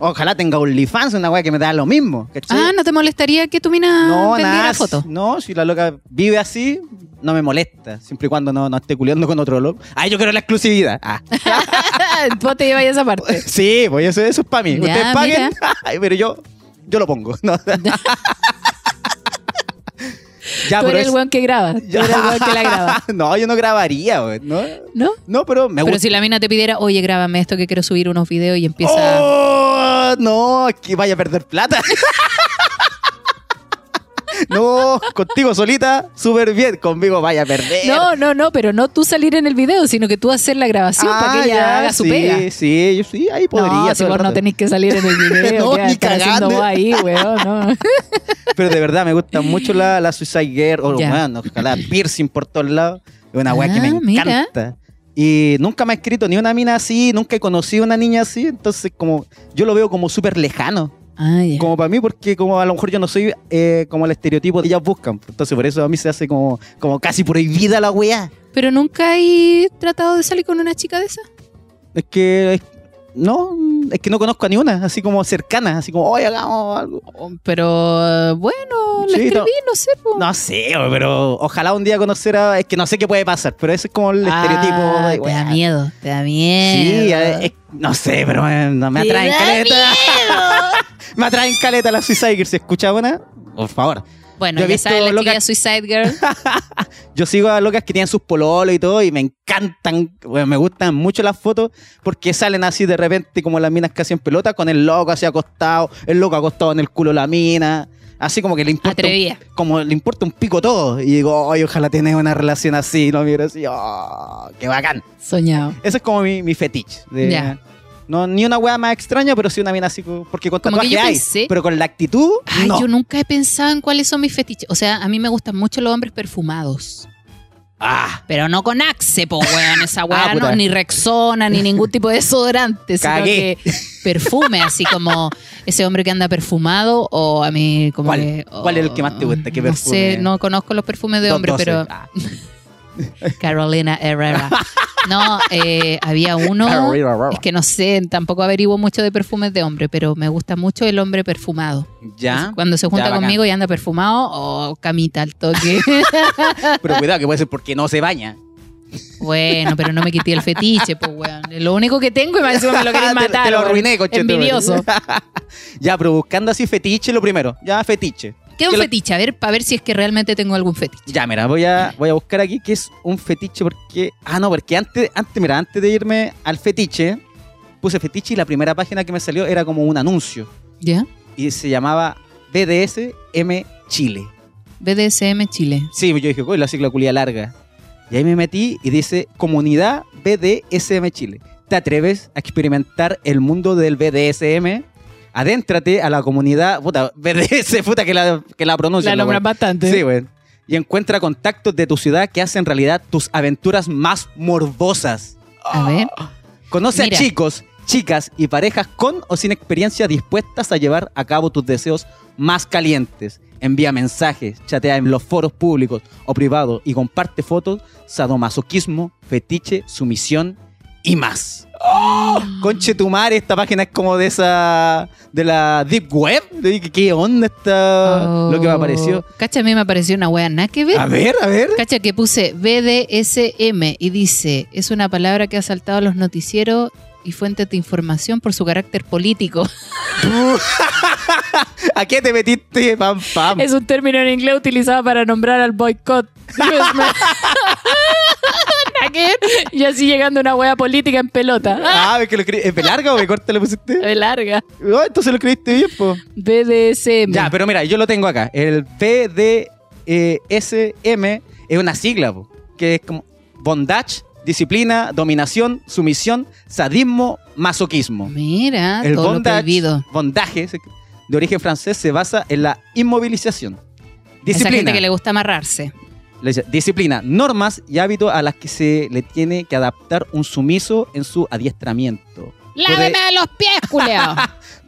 Ojalá tenga OnlyFans, una weá que me da lo mismo, ¿cachai? Ah, ¿no te molestaría que tu mina No, vendiera nada. foto? No, si la loca vive así, no me molesta. Siempre y cuando no, no esté culiando con otro loco. Ah, yo quiero la exclusividad. Ah. Vos te llevas esa parte. Sí, pues eso, eso es para mí. Ya, Ustedes paguen, ay, pero yo, yo lo pongo. No. ya, Tú pero eres el es- weón que graba. Tú ya. eres el weón que la graba. no, yo no grabaría, güey, ¿no? ¿No? No, pero me Pero gusta. si la mina te pidiera, oye, grábame esto que quiero subir unos videos y empieza. ¡Oh! No, que vaya a perder plata. no, contigo solita, súper bien. Conmigo vaya a perder. No, no, no, pero no tú salir en el video, sino que tú hacer la grabación para que Ah, ella ya, haga su sí, pega. Sí, yo sí, ahí podría. no, si todo el vos no rato. tenés que salir en el video, No, ¿qué vas a ni estar haciendo cagando. vos ahí, weón, no. Pero de verdad me gusta mucho la, la Suicide Girl. O, Ya. bueno, ojalá piercing por todos lados. Es una weá que me Ah, mira. encanta. Y nunca me ha escrito ni una mina así, nunca he conocido una niña así. Entonces, como yo lo veo como súper lejano. Ah, ya. Como para mí, porque como a lo mejor yo no soy eh, como el estereotipo que ellas buscan. Entonces, por eso a mí se hace como, como casi prohibida la weá. Pero nunca he tratado de salir con una chica de esa. Es que. es- no, es que no conozco a ni una, así como cercana, así como, oye, hagamos algo. Pero eh, bueno, le Sí, no. escribí, no, sé. po. No sé, pero ojalá un día conocer a. Es que no sé qué puede pasar, pero ese es como el Ah, estereotipo. de, Te da "Weá, miedo, te da miedo. Sí, a- es- no sé, pero eh, no me Te atraen da caleta. me atraen caleta las Suicide Girls. ¿Se escucha buena? Por favor. bueno, yo ya he visto sabes, la loca- escribí a Suicide Girl. Yo sigo a locas que tienen sus pololos y todo y me encantan, bueno, me gustan mucho las fotos porque salen así de repente como las minas casi en pelota con el loco así acostado, el loco acostado en el culo de la mina. Así como que le importa un Atrevida. como le importa un pico todo. Y digo, ay, ojalá tenés una relación así, no miro así, oh, qué bacán. Soñado. Ese es como mi, mi fetiche. de- Ya. No, ni una wea más extraña, pero sí una mina así, como- porque con Como que tatuaje yo hay, pensé- pero con la actitud, Ay, no. yo nunca he pensado en cuáles son mis fetiches. O sea, a mí me gustan mucho los hombres perfumados. Ah, Pero no con Axe, po, weón. Esa weá, no, puta. ni Rexona, ni ningún tipo de desodorante. Sino Cagué. que perfume, así como ese hombre que anda perfumado o a mí como ¿Cuál? que- oh, ¿Cuál es el que más te gusta? ¿Qué perfume? No sé, no conozco los perfumes de dos hombre, doce. pero Ah, Carolina Herrera. No, eh, había uno... Carolina Herrera. Es que no sé, tampoco averiguo mucho de perfumes de hombre, pero me gusta mucho el hombre perfumado. Ya. Cuando se Ya, junta bacán. conmigo y anda perfumado, o camita al toque. Pero cuidado, que puede ser porque no se baña. Bueno, pero no me quité el fetiche, pues, weón. Lo único que tengo y me encima me lo querés Ah, Te- matar. te, lo weón. arruiné, conchetumare. Envidioso. ya, pero buscando así fetiche lo primero. Ya, fetiche. ¿Qué es Que un lo- fetiche? A ver, para ver si es que realmente tengo algún fetiche. Ya, mira, voy a, voy a buscar aquí qué es un fetiche porque... Ah, no, porque antes, antes, mira, antes de irme al fetiche, puse fetiche y la primera página que me salió era como un anuncio ¿Ya? y se llamaba BDSM Chile. BDSM Chile. Sí, yo dije, uy, la sigla culia larga. Y ahí me metí y dice, comunidad BDSM Chile. ¿Te atreves a experimentar el mundo del BDSM? Adéntrate a la comunidad, puta, BDS, puta, que la, que la pronuncia. ¿no, weón? bastante. Sí, güey. Y encuentra contactos de tu ciudad que hacen realidad tus aventuras más morbosas. A ver. Conoce Mira. a chicos, chicas y parejas con o sin experiencia dispuestas a llevar a cabo tus deseos más calientes. Envía mensajes, chatea en los foros públicos o privados y comparte fotos, sadomasoquismo, fetiche, sumisión y más. ¡Oh! Conche tu madre, esta página es como de esa. de la Deep Web. De- ¿Qué onda está Ah, lo que me apareció? Oh. Cacha, a mí me apareció una wea nada que ver. A ver, a ver. Cacha, que puse BDSM y dice, es una palabra que ha saltado a los noticieros y fuentes de información por su carácter político. ¿A qué te metiste, pam, pam? Es un término en inglés utilizado para nombrar al boicot. y así llegando una wea política en pelota. Eh. Ah, es que lo escribí. ¿Es larga o me corta lo pusiste? larga. No, entonces lo escribiste bien, po. BDSM. Ya, pero mira, yo lo tengo acá. El BDSM es una sigla, po, que es como bondage, disciplina, dominación, sumisión, sadismo, masoquismo. Mira, El Ah, todo lo bondage, prohibido. bondaje se- de origen francés se basa en la inmovilización. Esa Disciplina, gente que le gusta amarrarse. le dice, disciplina, normas y hábitos a las que se le tiene que adaptar un sumiso en su adiestramiento. Puede, ¡Láveme los pies, culeo!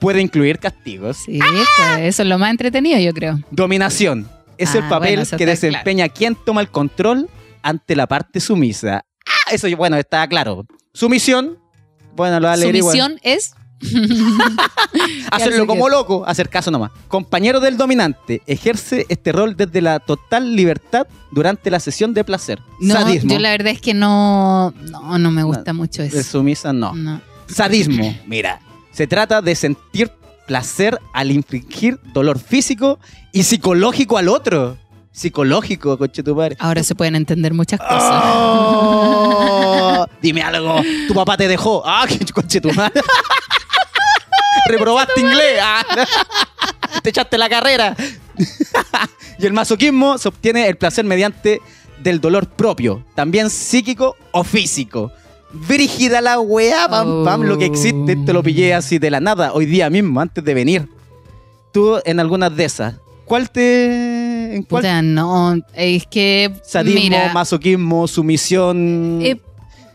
puede incluir castigos. sí, pues, eso es lo más entretenido, yo creo. Dominación. Es el Ah, papel bueno, eso que está desempeña quien toma el control ante la parte sumisa. Ah, eso, bueno, está claro. Sumisión. Bueno, lo Su alegre misión es Hacerlo hace como que- loco, hacer caso nomás. Compañero del dominante, ejerce este rol desde la total libertad durante la sesión de placer. No, Sadismo. yo la verdad es que no, no, no me gusta mucho eso. De sumisa, no. No. Sadismo, mira. Se trata de sentir placer al infligir dolor físico y psicológico al otro. Psicológico, coche tu padre. Ahora se pueden entender muchas cosas. Oh, dime algo. Tu papá te dejó. Ah, qué coche tu madre. Reprobaste inglés. Ah, te echaste la carrera. y el masoquismo se obtiene el placer mediante del dolor propio, también psíquico o físico. Brígida la weá, pam, pam, lo que existe. Te lo pillé así de la nada, hoy día mismo, antes de venir. Tú en algunas de esas. ¿Cuál te. en cuál Puta, no, es que Sadismo, mira, masoquismo, sumisión, eh,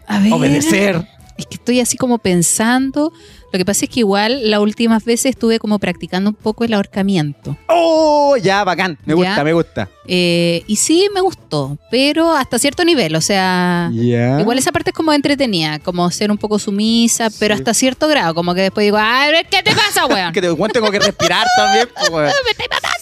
a ver, obedecer. Es que estoy así como pensando. Lo que pasa es que igual las últimas veces estuve como practicando un poco el ahorcamiento. ¡Oh! Ya, bacán. Me Ya. gusta, me gusta. Eh, y sí, me gustó, pero hasta cierto nivel, o sea... Ya. Ah. Igual esa parte es como entretenida, como ser un poco sumisa, pero Sí. hasta cierto grado, como que después digo, "Ay, ¿qué te pasa, weón? Que te- bueno, tengo que respirar también. po, weón.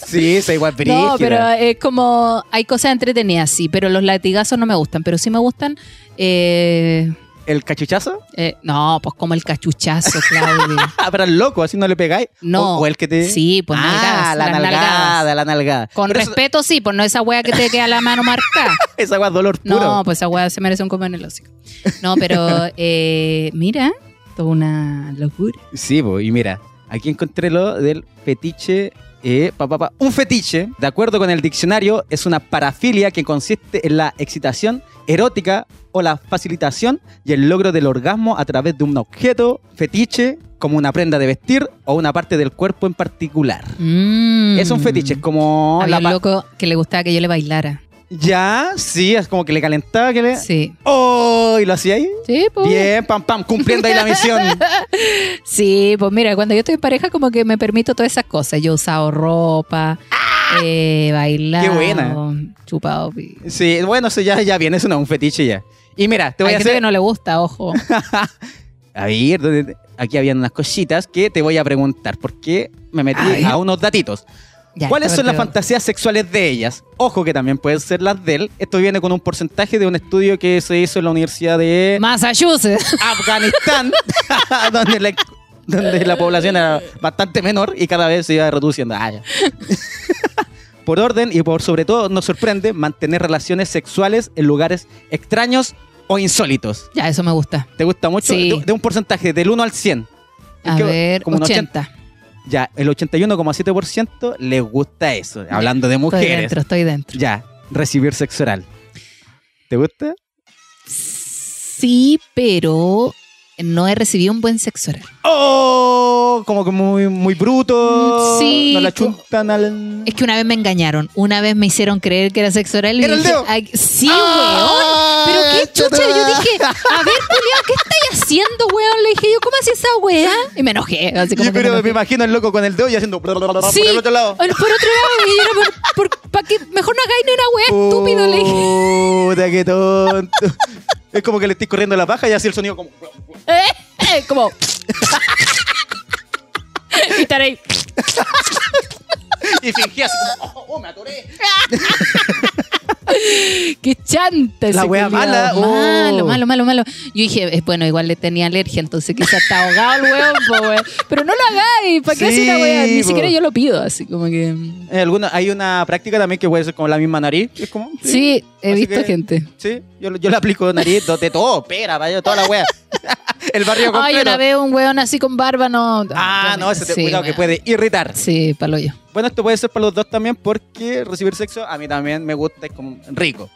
Sí, se igual brígida. No, pero eh. es como. Hay cosas entretenidas, sí, pero los latigazos no me gustan. Pero sí me gustan. eh, ¿El cachuchazo? eh, no, pues como el cachuchazo, Claudio. Ah, pero el loco, así no le pegáis. No. O, o el que te. Sí, pues ah, nalgadas, la las nalgada, nalgadas. la nalgada. Con Pero eso- respeto, sí, pues no esa wea que te queda la mano marcada. Esa agua es dolor puro. No, pues esa wea se merece un comer en el hocico. No, pero eh, mira, toda una locura. Sí, po, y mira, aquí encontré lo del fetiche. eh, pa, pa, pa. Un fetiche, de acuerdo con el diccionario, es una parafilia que consiste en la excitación erótica o la facilitación y el logro del orgasmo a través de un objeto fetiche, como una prenda de vestir o una parte del cuerpo en particular. Mm. Es un fetiche, es como Había la un pa- loco que le gustaba que yo le bailara. Ya, sí, es como que le calentaba, que le. Sí. ¡Oh! ¿Y lo hacía ahí? Sí, pues. Bien, pam, pam, cumpliendo ahí la misión. Sí, pues mira, cuando yo estoy en pareja como que me permito todas esas cosas. Yo he usado ropa, eh, bailado, ¡Ah! Qué buena. chupado. pi- Sí, bueno, eso ya, ya viene, eso no es un fetiche ya. Y mira, te voy Hay a gente hacer. que no le gusta, ojo. A ver, ¿dónde- aquí habían unas cositas que te voy a preguntar porque me metí A ver. a, unos datitos. Ya, ¿Cuáles a ver, son las pero- fantasías sexuales de ellas? Ojo que también pueden ser las de él. Esto viene con un porcentaje de un estudio que se hizo en la Universidad de Massachusetts. Afganistán, donde la, donde la población era bastante menor y cada vez se iba reduciendo. Ah, ya. por orden y por sobre todo nos sorprende mantener relaciones sexuales en lugares extraños o insólitos. Ya, eso me gusta. ¿Te gusta mucho? Sí. De, de un porcentaje del 1 al 100. A que- ver, como un 80. Ya, el 81,7% les gusta eso. Hablando de Estoy mujeres. dentro, estoy dentro. Ya, recibir sexo oral. ¿Te gusta? Sí, pero no he recibido un buen sexo oral. ¡Oh! Como que muy, muy bruto. Mm, sí, No la como- chuntan al. Es que una vez me engañaron, una vez me hicieron creer que era sexo oral. y ¿Era el dije, dedo? "Ay, sí, ¡Ah! weón. Pero qué chucha, yo dije, a ver, culiao, ¿qué estáis haciendo, weón? Le dije yo, ¿cómo hacía esa weá? Y me enojé. Así como que me Y pero me enojé. imagino el loco con el dedo y haciendo Sí, por el otro lado. Por otro lado, y yo era por, por- pa' que mejor no hagáis ni una weá estúpido, le Uh. dije. Puta, qué tonto. es como que le estoy corriendo la paja y así el sonido como. ¿Eh? Eh, Como. y estaré ahí. Y fingí así como, oh, oh, me atoré. ¡Qué chanta ese La wea culiao. mala, oh. Malo, malo, malo, malo. Yo dije, eh, bueno, igual le tenía alergia, entonces quizás está ahogado el weón, po, weón. Pero no lo hagáis, ¿para qué Sí, hace una wea? Ni po. siquiera yo lo pido, así como que. mm. En Eh, alguna- hay una práctica también que puede ser como la misma nariz. Es como, Sí, he Así visto que- gente. Sí, yo, yo le aplico nariz do- de todo, pera, vaya, toda la wea. el barrio Ay, completo. una vez un weón así con barba, no. Ah, no, ese te, sí, cuidado que weón. puede irritar. Sí, palo yo. Bueno, esto puede ser para los dos también porque recibir sexo a mí también me gusta, es como rico.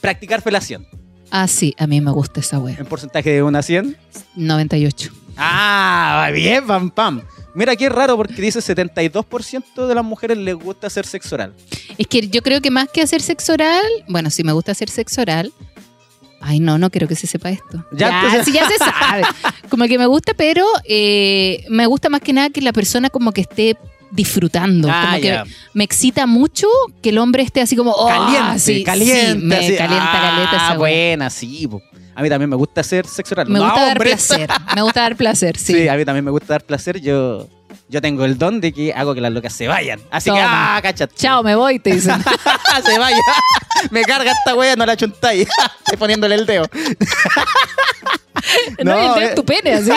Practicar felación. Ah, sí, a mí me gusta esa wea. En porcentaje de 1 a 100. 98. Ah, va bien, pam, pam. Mira, aquí es raro porque dice 72% de las mujeres les gusta hacer sexo oral. Es que yo creo que más que hacer sexo oral, bueno, si me gusta hacer sexo oral, ay no, no quiero que se sepa esto. Ya, Ya, entonces- sí, ya se sabe. Como que me gusta, pero eh, me gusta más que nada que la persona como que esté disfrutando. Ah, como que ya. me excita mucho que el hombre esté así como oh, caliente, sí, sí, caliente. me así. calienta ah, caleta esa wea. buena, sí. po. A mí también me gusta hacer sexo oral. Me No, gusta dar hombre. placer. Me gusta dar placer, sí. Sí. a mí también me gusta dar placer. Yo, yo tengo el don de que hago que las locas se vayan. Así que, Toma. ah, cacha. Chao, me voy, te dicen. se vaya. me carga esta wea, no la chuntáis. Estoy poniéndole el dedo. No, No, y el dedo eh. en tu pene, así.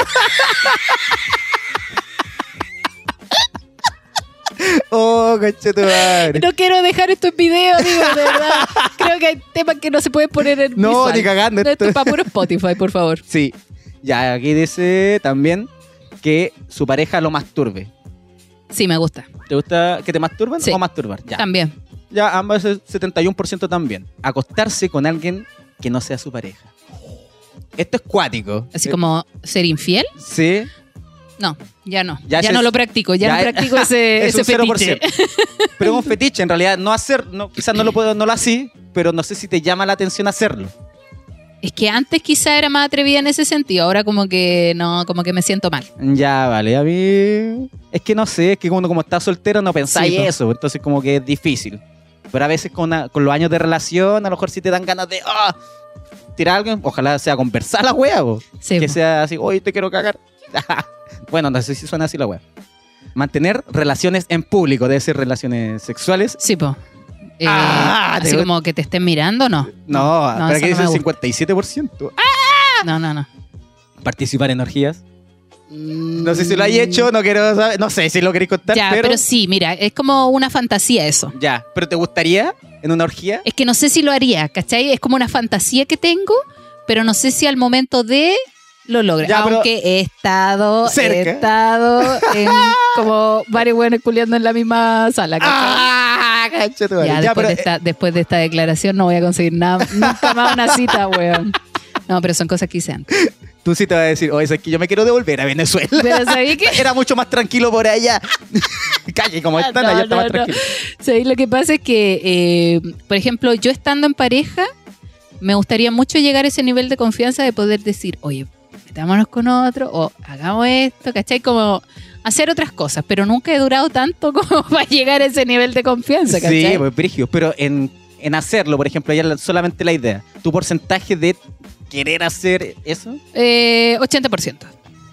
Oh, cacha tu madre. No quiero dejar esto en video, digo, de verdad. Creo que hay temas que no se pueden poner en No, visual. ni cagando, No, Esto esto- es para puro Spotify, por favor. Sí. Ya, aquí dice también que su pareja lo masturbe. Sí, me gusta. ¿Te gusta que te masturben Sí. o masturbar? Ya. También. Ya, ambas es 71% también. Acostarse con alguien que no sea su pareja. Esto es cuático. Así Eh, como ser infiel. Sí. No, ya no. Ya Ya, se- no lo practico. Ya, ya no es- practico ese, es ese un 0%. fetiche. Pero es un fetiche, en realidad. No hacer, no, quizás no lo puedo, no lo así, pero no sé si te llama la atención hacerlo. Es que antes quizá era más atrevida en ese sentido. Ahora como que no, como que me siento mal. Ya, vale, a mí. Es que no sé, es que uno como está soltero no pensáis Sí, po. eso, entonces como que es difícil. Pero a veces con, una- con los años de relación, a lo mejor sí te dan ganas de ah, tirar algo, ojalá sea conversar la wea, po. Sí, que po. sea así, hoy te quiero cagar. bueno, no sé si suena así la wea. Mantener relaciones en público, debe ser relaciones sexuales. Sí, po. Eh, Ah, así te- como que te estén mirando, no. No, pero eso aquí dice me gusta. 57%. No, no, no. Participar en orgías. No Mm. No sé si lo hay hecho, no quiero saber, no sé si lo queréis contar, Ya, pero pero sí, mira, es como una fantasía eso. Ya, pero ¿te gustaría en una orgía? Es que no sé si lo haría, ¿cachai? Es como una fantasía que tengo, pero no sé si al momento de lo logre. Ya, pero- Aunque he estado, Cerca. he estado en como varios buenos culiando en la misma sala, ¿cachai? ¡Ah! Cacho, tu madre. ya, Ya, después, pero, eh de esta, después de esta declaración no voy a conseguir nada, nunca más una cita, weón. No, pero son cosas que hice antes. eh, tú sí te vas a decir, oye, es que yo me quiero devolver a Venezuela. Pero sabí que Era mucho más tranquilo por allá. Calle, como están, Ah, No, allá está no, más no. tranquilo. Sí, lo que pasa es que, eh, por ejemplo, yo estando en pareja, me gustaría mucho llegar a ese nivel de confianza de poder decir, oye, metámonos con otro, o hagamos esto, ¿cachai? Como hacer otras cosas, pero nunca he durado tanto como para llegar a ese nivel de confianza, ¿cachai? Sí, pues brígido. Pero en, en hacerlo, por ejemplo, ya la- solamente la idea. ¿Tu porcentaje de querer hacer eso? Eh, 80%.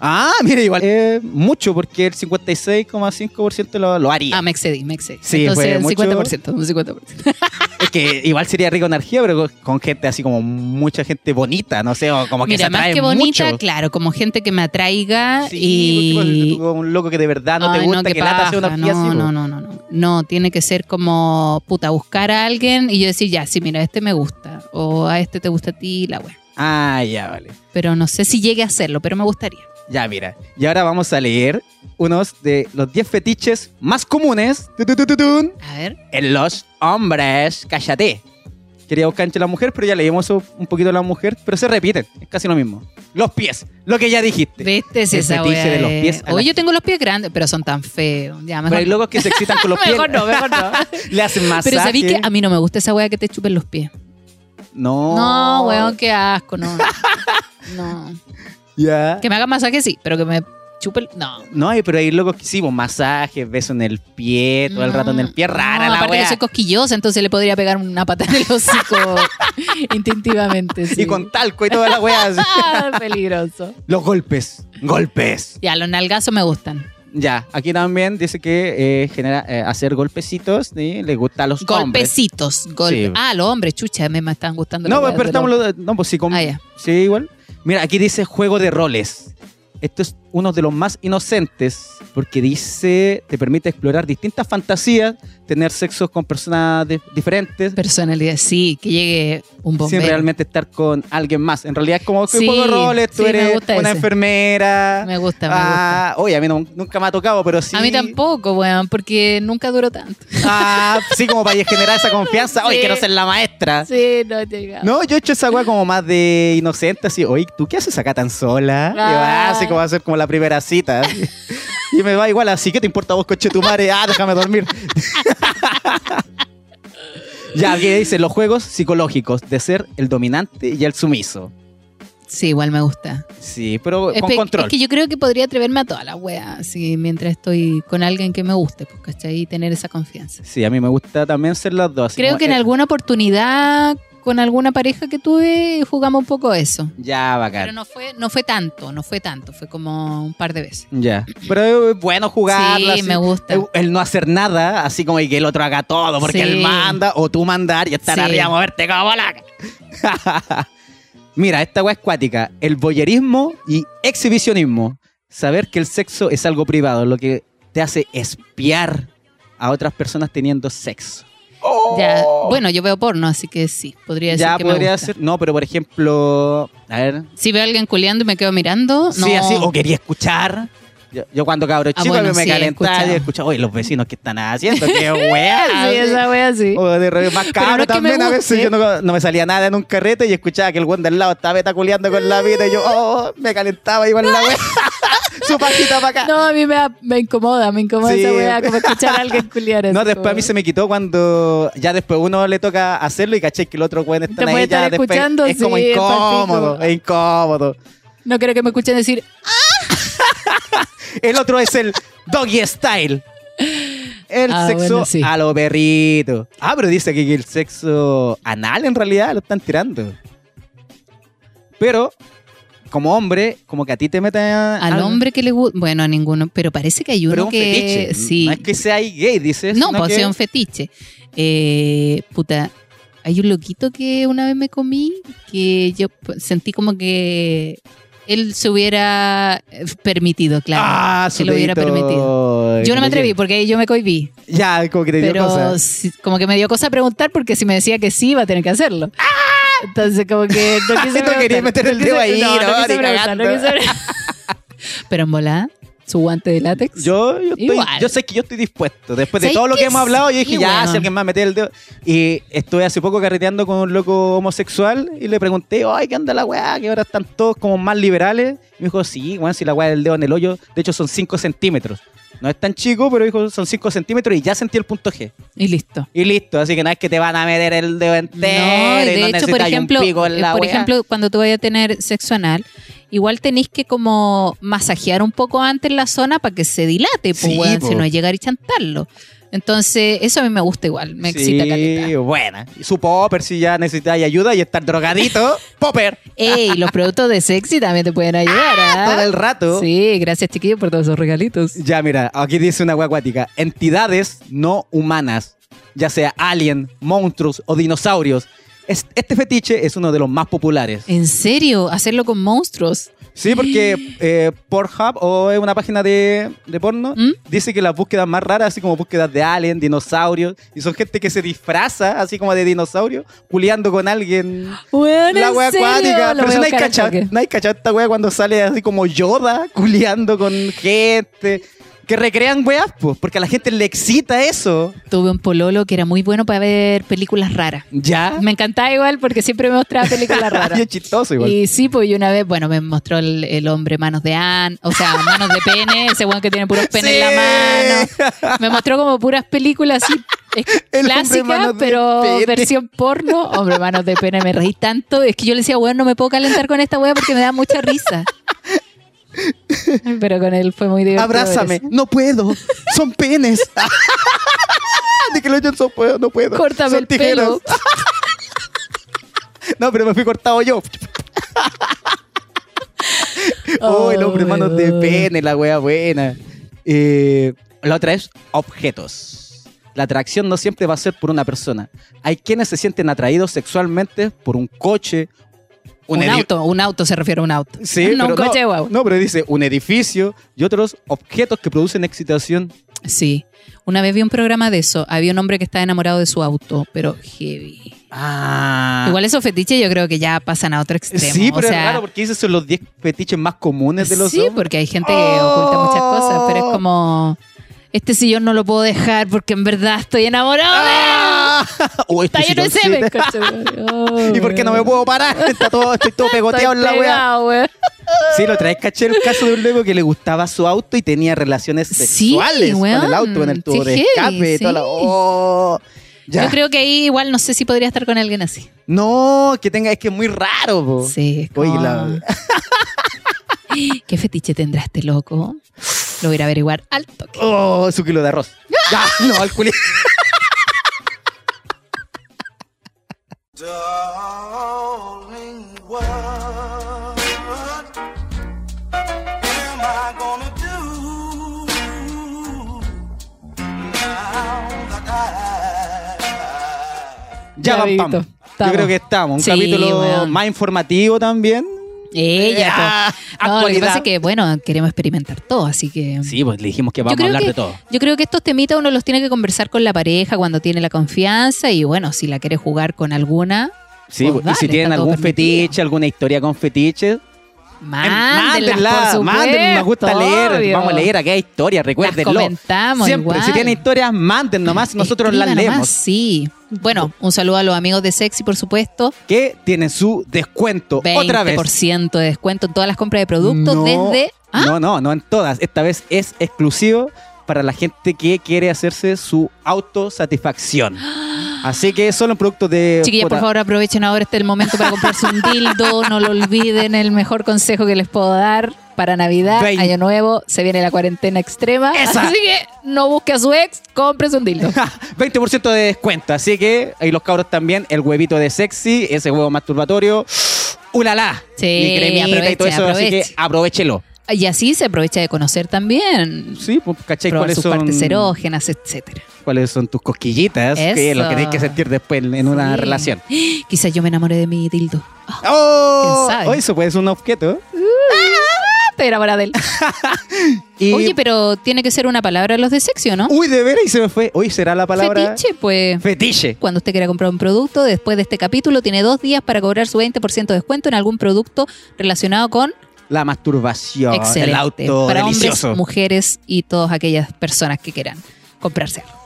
Ah, mira, igual. eh, mucho, porque el 56,5% lo, lo haría. Ah, me excedí, me excedí. Sí, fue Entonces, el 50%, mucho. un 50%. Es que igual sería rico en orgía, pero con- con gente así como mucha gente bonita, no sé, o como que Mira, se atrae más que bonita, mucho. claro, como gente que me atraiga Sí, porque y... tú- tú- un loco que de verdad Ah, no te Ay, gusta, qué que lata hace paja. una orgía no, así, no, po. no, no, no. No, tiene que ser como, puta, buscar a alguien y yo decir, ya, sí, mira, este me gusta. O a este te gusta a ti, la wea. Ah, ya, vale. Pero no sé si llegue a hacerlo, pero me gustaría. Ya, mira. Y ahora vamos a leer unos de los 10 fetiches más comunes tu, tu, tu, tu, tun, A ver. en los hombres. Cállate. Quería buscar entre la mujer, pero ya leímos eso un poquito de la mujer, pero se repiten. Es casi lo mismo. Los pies, lo que ya dijiste. Viste si el esa fetiche wea. de los pies es- a la- Oye, yo tengo los pies grandes, pero son tan feos. Ya, Pero mejor, hay locos que se excitan con los pies. mejor no, mejor no. Le hacen masaje. pero sabí que a mí no me gusta esa wea que te chupen los pies. No. No, weón, qué asco, no. No. Ya. Que me haga masaje, sí, pero que me chupe el... No. No, y- pero hay locos que sí, pues, masajes, besos en el pie, todo el rato en el pie, No, rara la Aparte que wea. soy cosquillosa, entonces le podría pegar una patada en el hocico instintivamente. sí. Y con talco y toda la wea. así. Ah, peligroso. Los golpes, golpes. Ya, los nalgazos me gustan. Ya, aquí también dice que eh, genera eh, hacer golpecitos, ¿sí? le gusta a los hombres. Golpecitos. gol- Sí. Ah, los hombres, chucha, me me están gustando. No, las pues, weas pero de los- estamos... lo- No, pues sí, con- Ah, ya. sí, igual. Mira, aquí dice juego de roles. Esto es uno de los más inocentes porque dice, te permite explorar distintas fantasías, tener sexos con personas de- diferentes, Personalidad, sí, que llegue un bombero. sin realmente estar con alguien más. En realidad es como que Sí, juego de roles, tú sí, me eres gusta una ese. enfermera. Me gusta, me gusta. Ah, oye, a mí no- nunca me ha tocado, pero sí. A mí tampoco, weón, porque nunca duró tanto. Ah, sí, como para generar esa confianza. Oye, Sí. quiero ser la maestra. Sí, no he llegado. Ah. No, yo he hecho esa weá como más de inocente, así, oye, ¿tú qué haces acá tan sola? Y va, Ah. así como va a ser como la primera cita. así. Y me va igual así, ¿qué te importa vos, coche tu madre? Ah, déjame dormir. ya, aquí dice, los juegos psicológicos de ser el dominante y el sumiso. Sí, igual me gusta. Sí, pero Es con pe- control. Es que yo creo que podría atreverme a toda la wea, así, mientras estoy con alguien que me guste, pues, ¿cachai? Y tener esa confianza. Sí, a mí me gusta también ser las dos. así Creo como, que en eh, alguna oportunidad, con alguna pareja que tuve, jugamos un poco eso. Ya, bacán. Pero no fue, no fue tanto, no fue tanto, fue como un par de veces. Ya. Pero es bueno jugarla. sí, así. me gusta. El, el no hacer nada, así como y que el otro haga todo, porque Sí. él manda o tú mandar y estar Sí. arriba a moverte como la. Mira, esta weá es cuática. El boyerismo y exhibicionismo. Saber que el sexo es algo privado, lo que te hace espiar a otras personas teniendo sexo. Ya, bueno, yo veo porno, así que sí, podría decir Oh. ya que me podría gusta. ser. No, pero por ejemplo, a ver. Si veo a alguien culeando y me quedo mirando, no. Sí, así, o quería escuchar. Yo, yo cuando cabro Ah, chico bueno, me sí, he calentaba y escuchado. escuchaba, oye, los vecinos, ¿qué están haciendo? ¡Qué weá! Sí, esa wea sí. O de revés, más no cabro es que me también a guste. veces. Yo no, no me salía nada en un carrete y escuchaba que el buen del lado estaba betaculeando con la vida y yo, oh, me calentaba igual la wea. Su pajita para acá. No, No, a mí me, da- me incomoda, me incomoda Sí. esa wea, como escuchar a alguien culiar. así después a como- mí se me quitó cuando ya después uno le toca hacerlo y caché que el otro weón está Te ahí puede ya estar después. escuchando, es como sí, es incómodo, palpico. es incómodo. No creo que me escuchen decir, El otro es el doggy style. El Ah, sexo bueno, sí. a lo perrito. Ah, pero dice aquí que el sexo anal en realidad lo están tirando. Pero, como hombre, como que a ti te meten al al- hombre que le gusta. Bueno, a ninguno, pero parece que hay uno Ah, Pero un que. fetiche. Sí. No es que sea ahí gay, dices. No, sino pues que- es un fetiche. Eh, puta, hay un loquito que una vez me comí que yo p- sentí como que él se hubiera eh, permitido, claro. Ah, que lo hubiera permitido. Yo no me atreví porque ahí yo me cohibí, Ya, como que te dio pero cosas. sí- como que me dio cosa preguntar porque si me decía que sí iba a tener que hacerlo. Entonces como que no quise Ah. No quería preguntar, meter el no quise- dedo ahí, no, no, no quise ni preguntar, no cagando. quise pre- Pero en volada, su guante de látex. Yo, yo, estoy, Igual. yo sé que yo estoy dispuesto. Después de ¿Sabes todo lo que qué? hemos hablado, yo dije, Sí, ya, weón. si alguien más mete el dedo. Y estuve hace poco carreteando con un loco homosexual y le pregunté, ay, ¿qué onda la weá? Que ahora están todos como más liberales. Y me dijo, sí, weón, si la weá del dedo en el hoyo, de hecho son 5 centímetros. No es tan chico, pero dijo, son 5 centímetros y ya sentí el punto G. Y listo. Y listo, así que no es que te van a meter el dedo No, entero y y de no hecho, por necesitas un ejemplo, pico en eh, la por weá. ejemplo, cuando tú vayas a tener sexo anal, igual tenéis que como masajear un poco antes la zona para que se dilate, pues, Sí, weón, po. si no es llegar y chantarlo. Entonces, eso a mí me gusta igual, me excita Sí, caleta. buena. Y Su popper, si ya necesitáis ayuda y estar drogadito, popper, Ey, los productos de sexy también te pueden ayudar, todo ¿ah? el rato. Sí, gracias chiquillo por todos esos regalitos. Ya, mira, aquí dice una wea acuática. Entidades no humanas, ya sea alien, monstruos o dinosaurios. Es- este fetiche es uno de los más populares. ¿En serio? ¿Hacerlo con monstruos? Sí, porque eh, Pornhub o es una página de, de porno, ¿Mm? dice que las búsquedas más raras, así como búsquedas de alien, dinosaurios, y son gente que se disfraza, así como de dinosaurio, culeando con alguien. Weón, La ¿en wea serio? acuática. Lo Pero voy a si no hay buscar al cachado, toque. no hay cachado esta wea cuando sale así como Yoda culeando con gente. Que recrean weas, pues, porque a la gente le excita eso. Tuve un pololo que era muy bueno para ver películas raras. Ya. Me encantaba igual porque siempre me mostraba películas raras. Y es chistoso igual. Y sí, pues y una vez, bueno, me mostró el, el hombre manos de Anne, o sea, manos de pene, ese weón que tiene puros penes en Sí. la mano. Me mostró como puras películas así es- El hombre clásicas, manos de pero pene. versión porno. Hombre, manos de pene, me reí tanto. Es que yo le decía, weón, no me puedo calentar con esta weá porque me da mucha risa. Pero con él fue muy divertido. ver Abrázame, eso. no puedo, son penes. De que lo echan, son puedo, no puedo. Córtame son el pelo. No, pero me fui cortado yo. oh, el hombre, Oh, manos de weón. pene, la wea buena. Eh, la otra es objetos. La atracción no siempre va a ser por una persona. Hay quienes se sienten atraídos sexualmente por un coche, Un, edi- auto, un auto se refiere a un auto. Sí, no pero un coche, no, guau. no, pero dice un edificio y otros objetos que producen excitación. Sí. Una vez vi un programa de eso. Había un hombre que estaba enamorado de su auto, pero heavy. Ah. Eh, Igual esos fetiches yo creo que ya pasan a otro extremo. Sí, o pero sea, es raro porque esos son los 10 fetiches más comunes de los Sí, hombres. Oh. porque hay gente que oculta muchas cosas, pero es como. Este sillón no lo puedo dejar porque en verdad estoy enamorado de él. ¡Ah! Uy, Está este lleno de silloncito. semen, coche, weón. ¿Y por qué no me puedo parar? Está todo, estoy Oh, todo Estoy pegoteado en la wea. pegado, weón. Sí, lo traes caché el caso de un loco que le gustaba su auto y tenía relaciones Sí, sexuales weón. con el auto, con el tubo Sí, de heavy, escape, toda la. sí. Oh, ya. Yo creo que ahí igual no sé si podría estar con alguien así. No, que tenga, es que es muy raro, po. Sí, es Oye, como- Oh, la- ¿Qué fetiche tendrá este loco? Lo voy a ir a averiguar al toque. Oh, su kilo de arroz. Ya, no, al culi. Darling, what am I gonna do now that I Ya, Ya, pam, pam. amiguito, Yo estamos. creo que estamos. Un Sí, capítulo weón. más informativo también. Ella, Ah, po. No, lo que actualidad. pasa es que, bueno, queremos experimentar todo, así que. Sí, pues le dijimos que vamos a creo hablar que- de todo. Yo creo que estos temitas uno los tiene que conversar con la pareja cuando tiene la confianza y bueno, si la quiere jugar con alguna, Sí, Pues pues, dale, y si tienen está todo algún permitido. fetiche, alguna historia con fetiche, mándenla, por Em, mándenla, nos gusta supuesto, leer. obvio. Vamos a leer aquella historia, Las recuérdenlo. comentamos Siempre, igual. Eh, si tienen historias, manden nomás, nosotros las Escríbanos leemos. más, sí. Bueno, un saludo a los amigos de Sexy, por supuesto. Que tienen su descuento. Otra vez. 20% de descuento en todas las compras de productos No, desde... ¿Ah? No, no, no en todas. Esta vez es exclusivo para la gente que quiere hacerse su autosatisfacción. Así que solo en productos de. Chiquillas, J- por favor, aprovechen ahora este el momento para comprarse un dildo. No lo olviden, el mejor consejo que les puedo dar para Navidad, Vein- Año Nuevo. Se viene la cuarentena extrema. Esa. Así que no busque a su ex, cómprese un dildo. 20% de descuento. Así que, y los cabros también, el huevito de sexy, ese huevo masturbatorio. ¡Ulala! Sí, Y cremita y todo eso, aproveche, así que aprovechelo. Y así se aprovecha de conocer también. Sí, pues, ¿cachai? Probar ¿Cuáles sus son, partes erógenas, etcétera. ¿Cuáles son tus cosquillitas? Eso. Que es lo que tenés que sentir después en en una Sí. relación. Quizás yo me enamoré de mi dildo. Ah, ¡Oh! ¿Quién sabe? Oh, eso puede ser un objeto. Estoy enamorada de él. ¡Ah! Y, Oye, pero tiene que ser una palabra los de sexo, ¿no? Uy, de veras, y se me fue. Hoy será la palabra. Fetiche, pues. Fetiche. Cuando usted quiera comprar un producto, después de este capítulo, tiene dos días para cobrar su 20% de descuento en algún producto relacionado con La masturbación. excelente. El auto para delicioso. hombres, mujeres y todas aquellas personas que quieran comprarse. algo.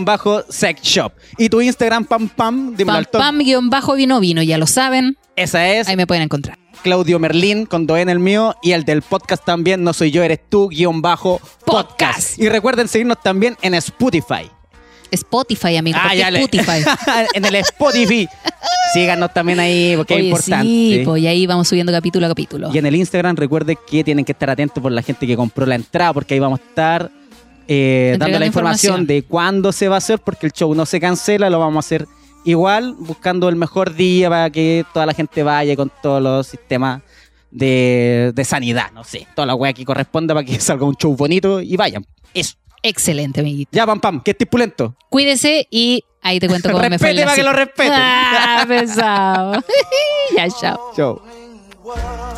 bajo sex shop. Y tu Instagram, pam pam, dímelo Pam al toque. pam guión bajo vino vino, ya lo saben. Esa es Ahí me pueden encontrar. Claudio Merlín con Doen el mío y el del podcast también, no soy yo, eres tú, guión bajo podcast. Podcast. Y recuerden seguirnos también en Spotify. Spotify, amigo. porque Ah, le- Spotify. en el Spotify. Síganos también ahí porque Oye, es importante. Sí, pues, y ahí vamos subiendo capítulo a capítulo. Y en el Instagram recuerden que tienen que estar atentos por la gente que compró la entrada porque ahí vamos a estar eh, Entregando dando la información, información. de cuándo se va a hacer porque el show no se cancela, lo vamos a hacer igual, buscando el mejor día para que toda la gente vaya con todos los sistemas de, de sanidad, no sé, toda la weá que corresponda para que salga un show bonito y vayan. Eso. Excelente, amiguito. Ya, pam, pam, que estés pulento. Cuídese y ahí te cuento cómo me fue. en Respete la para que cita. lo respeten. Ah, pesado. ya, chao. Chau. do? What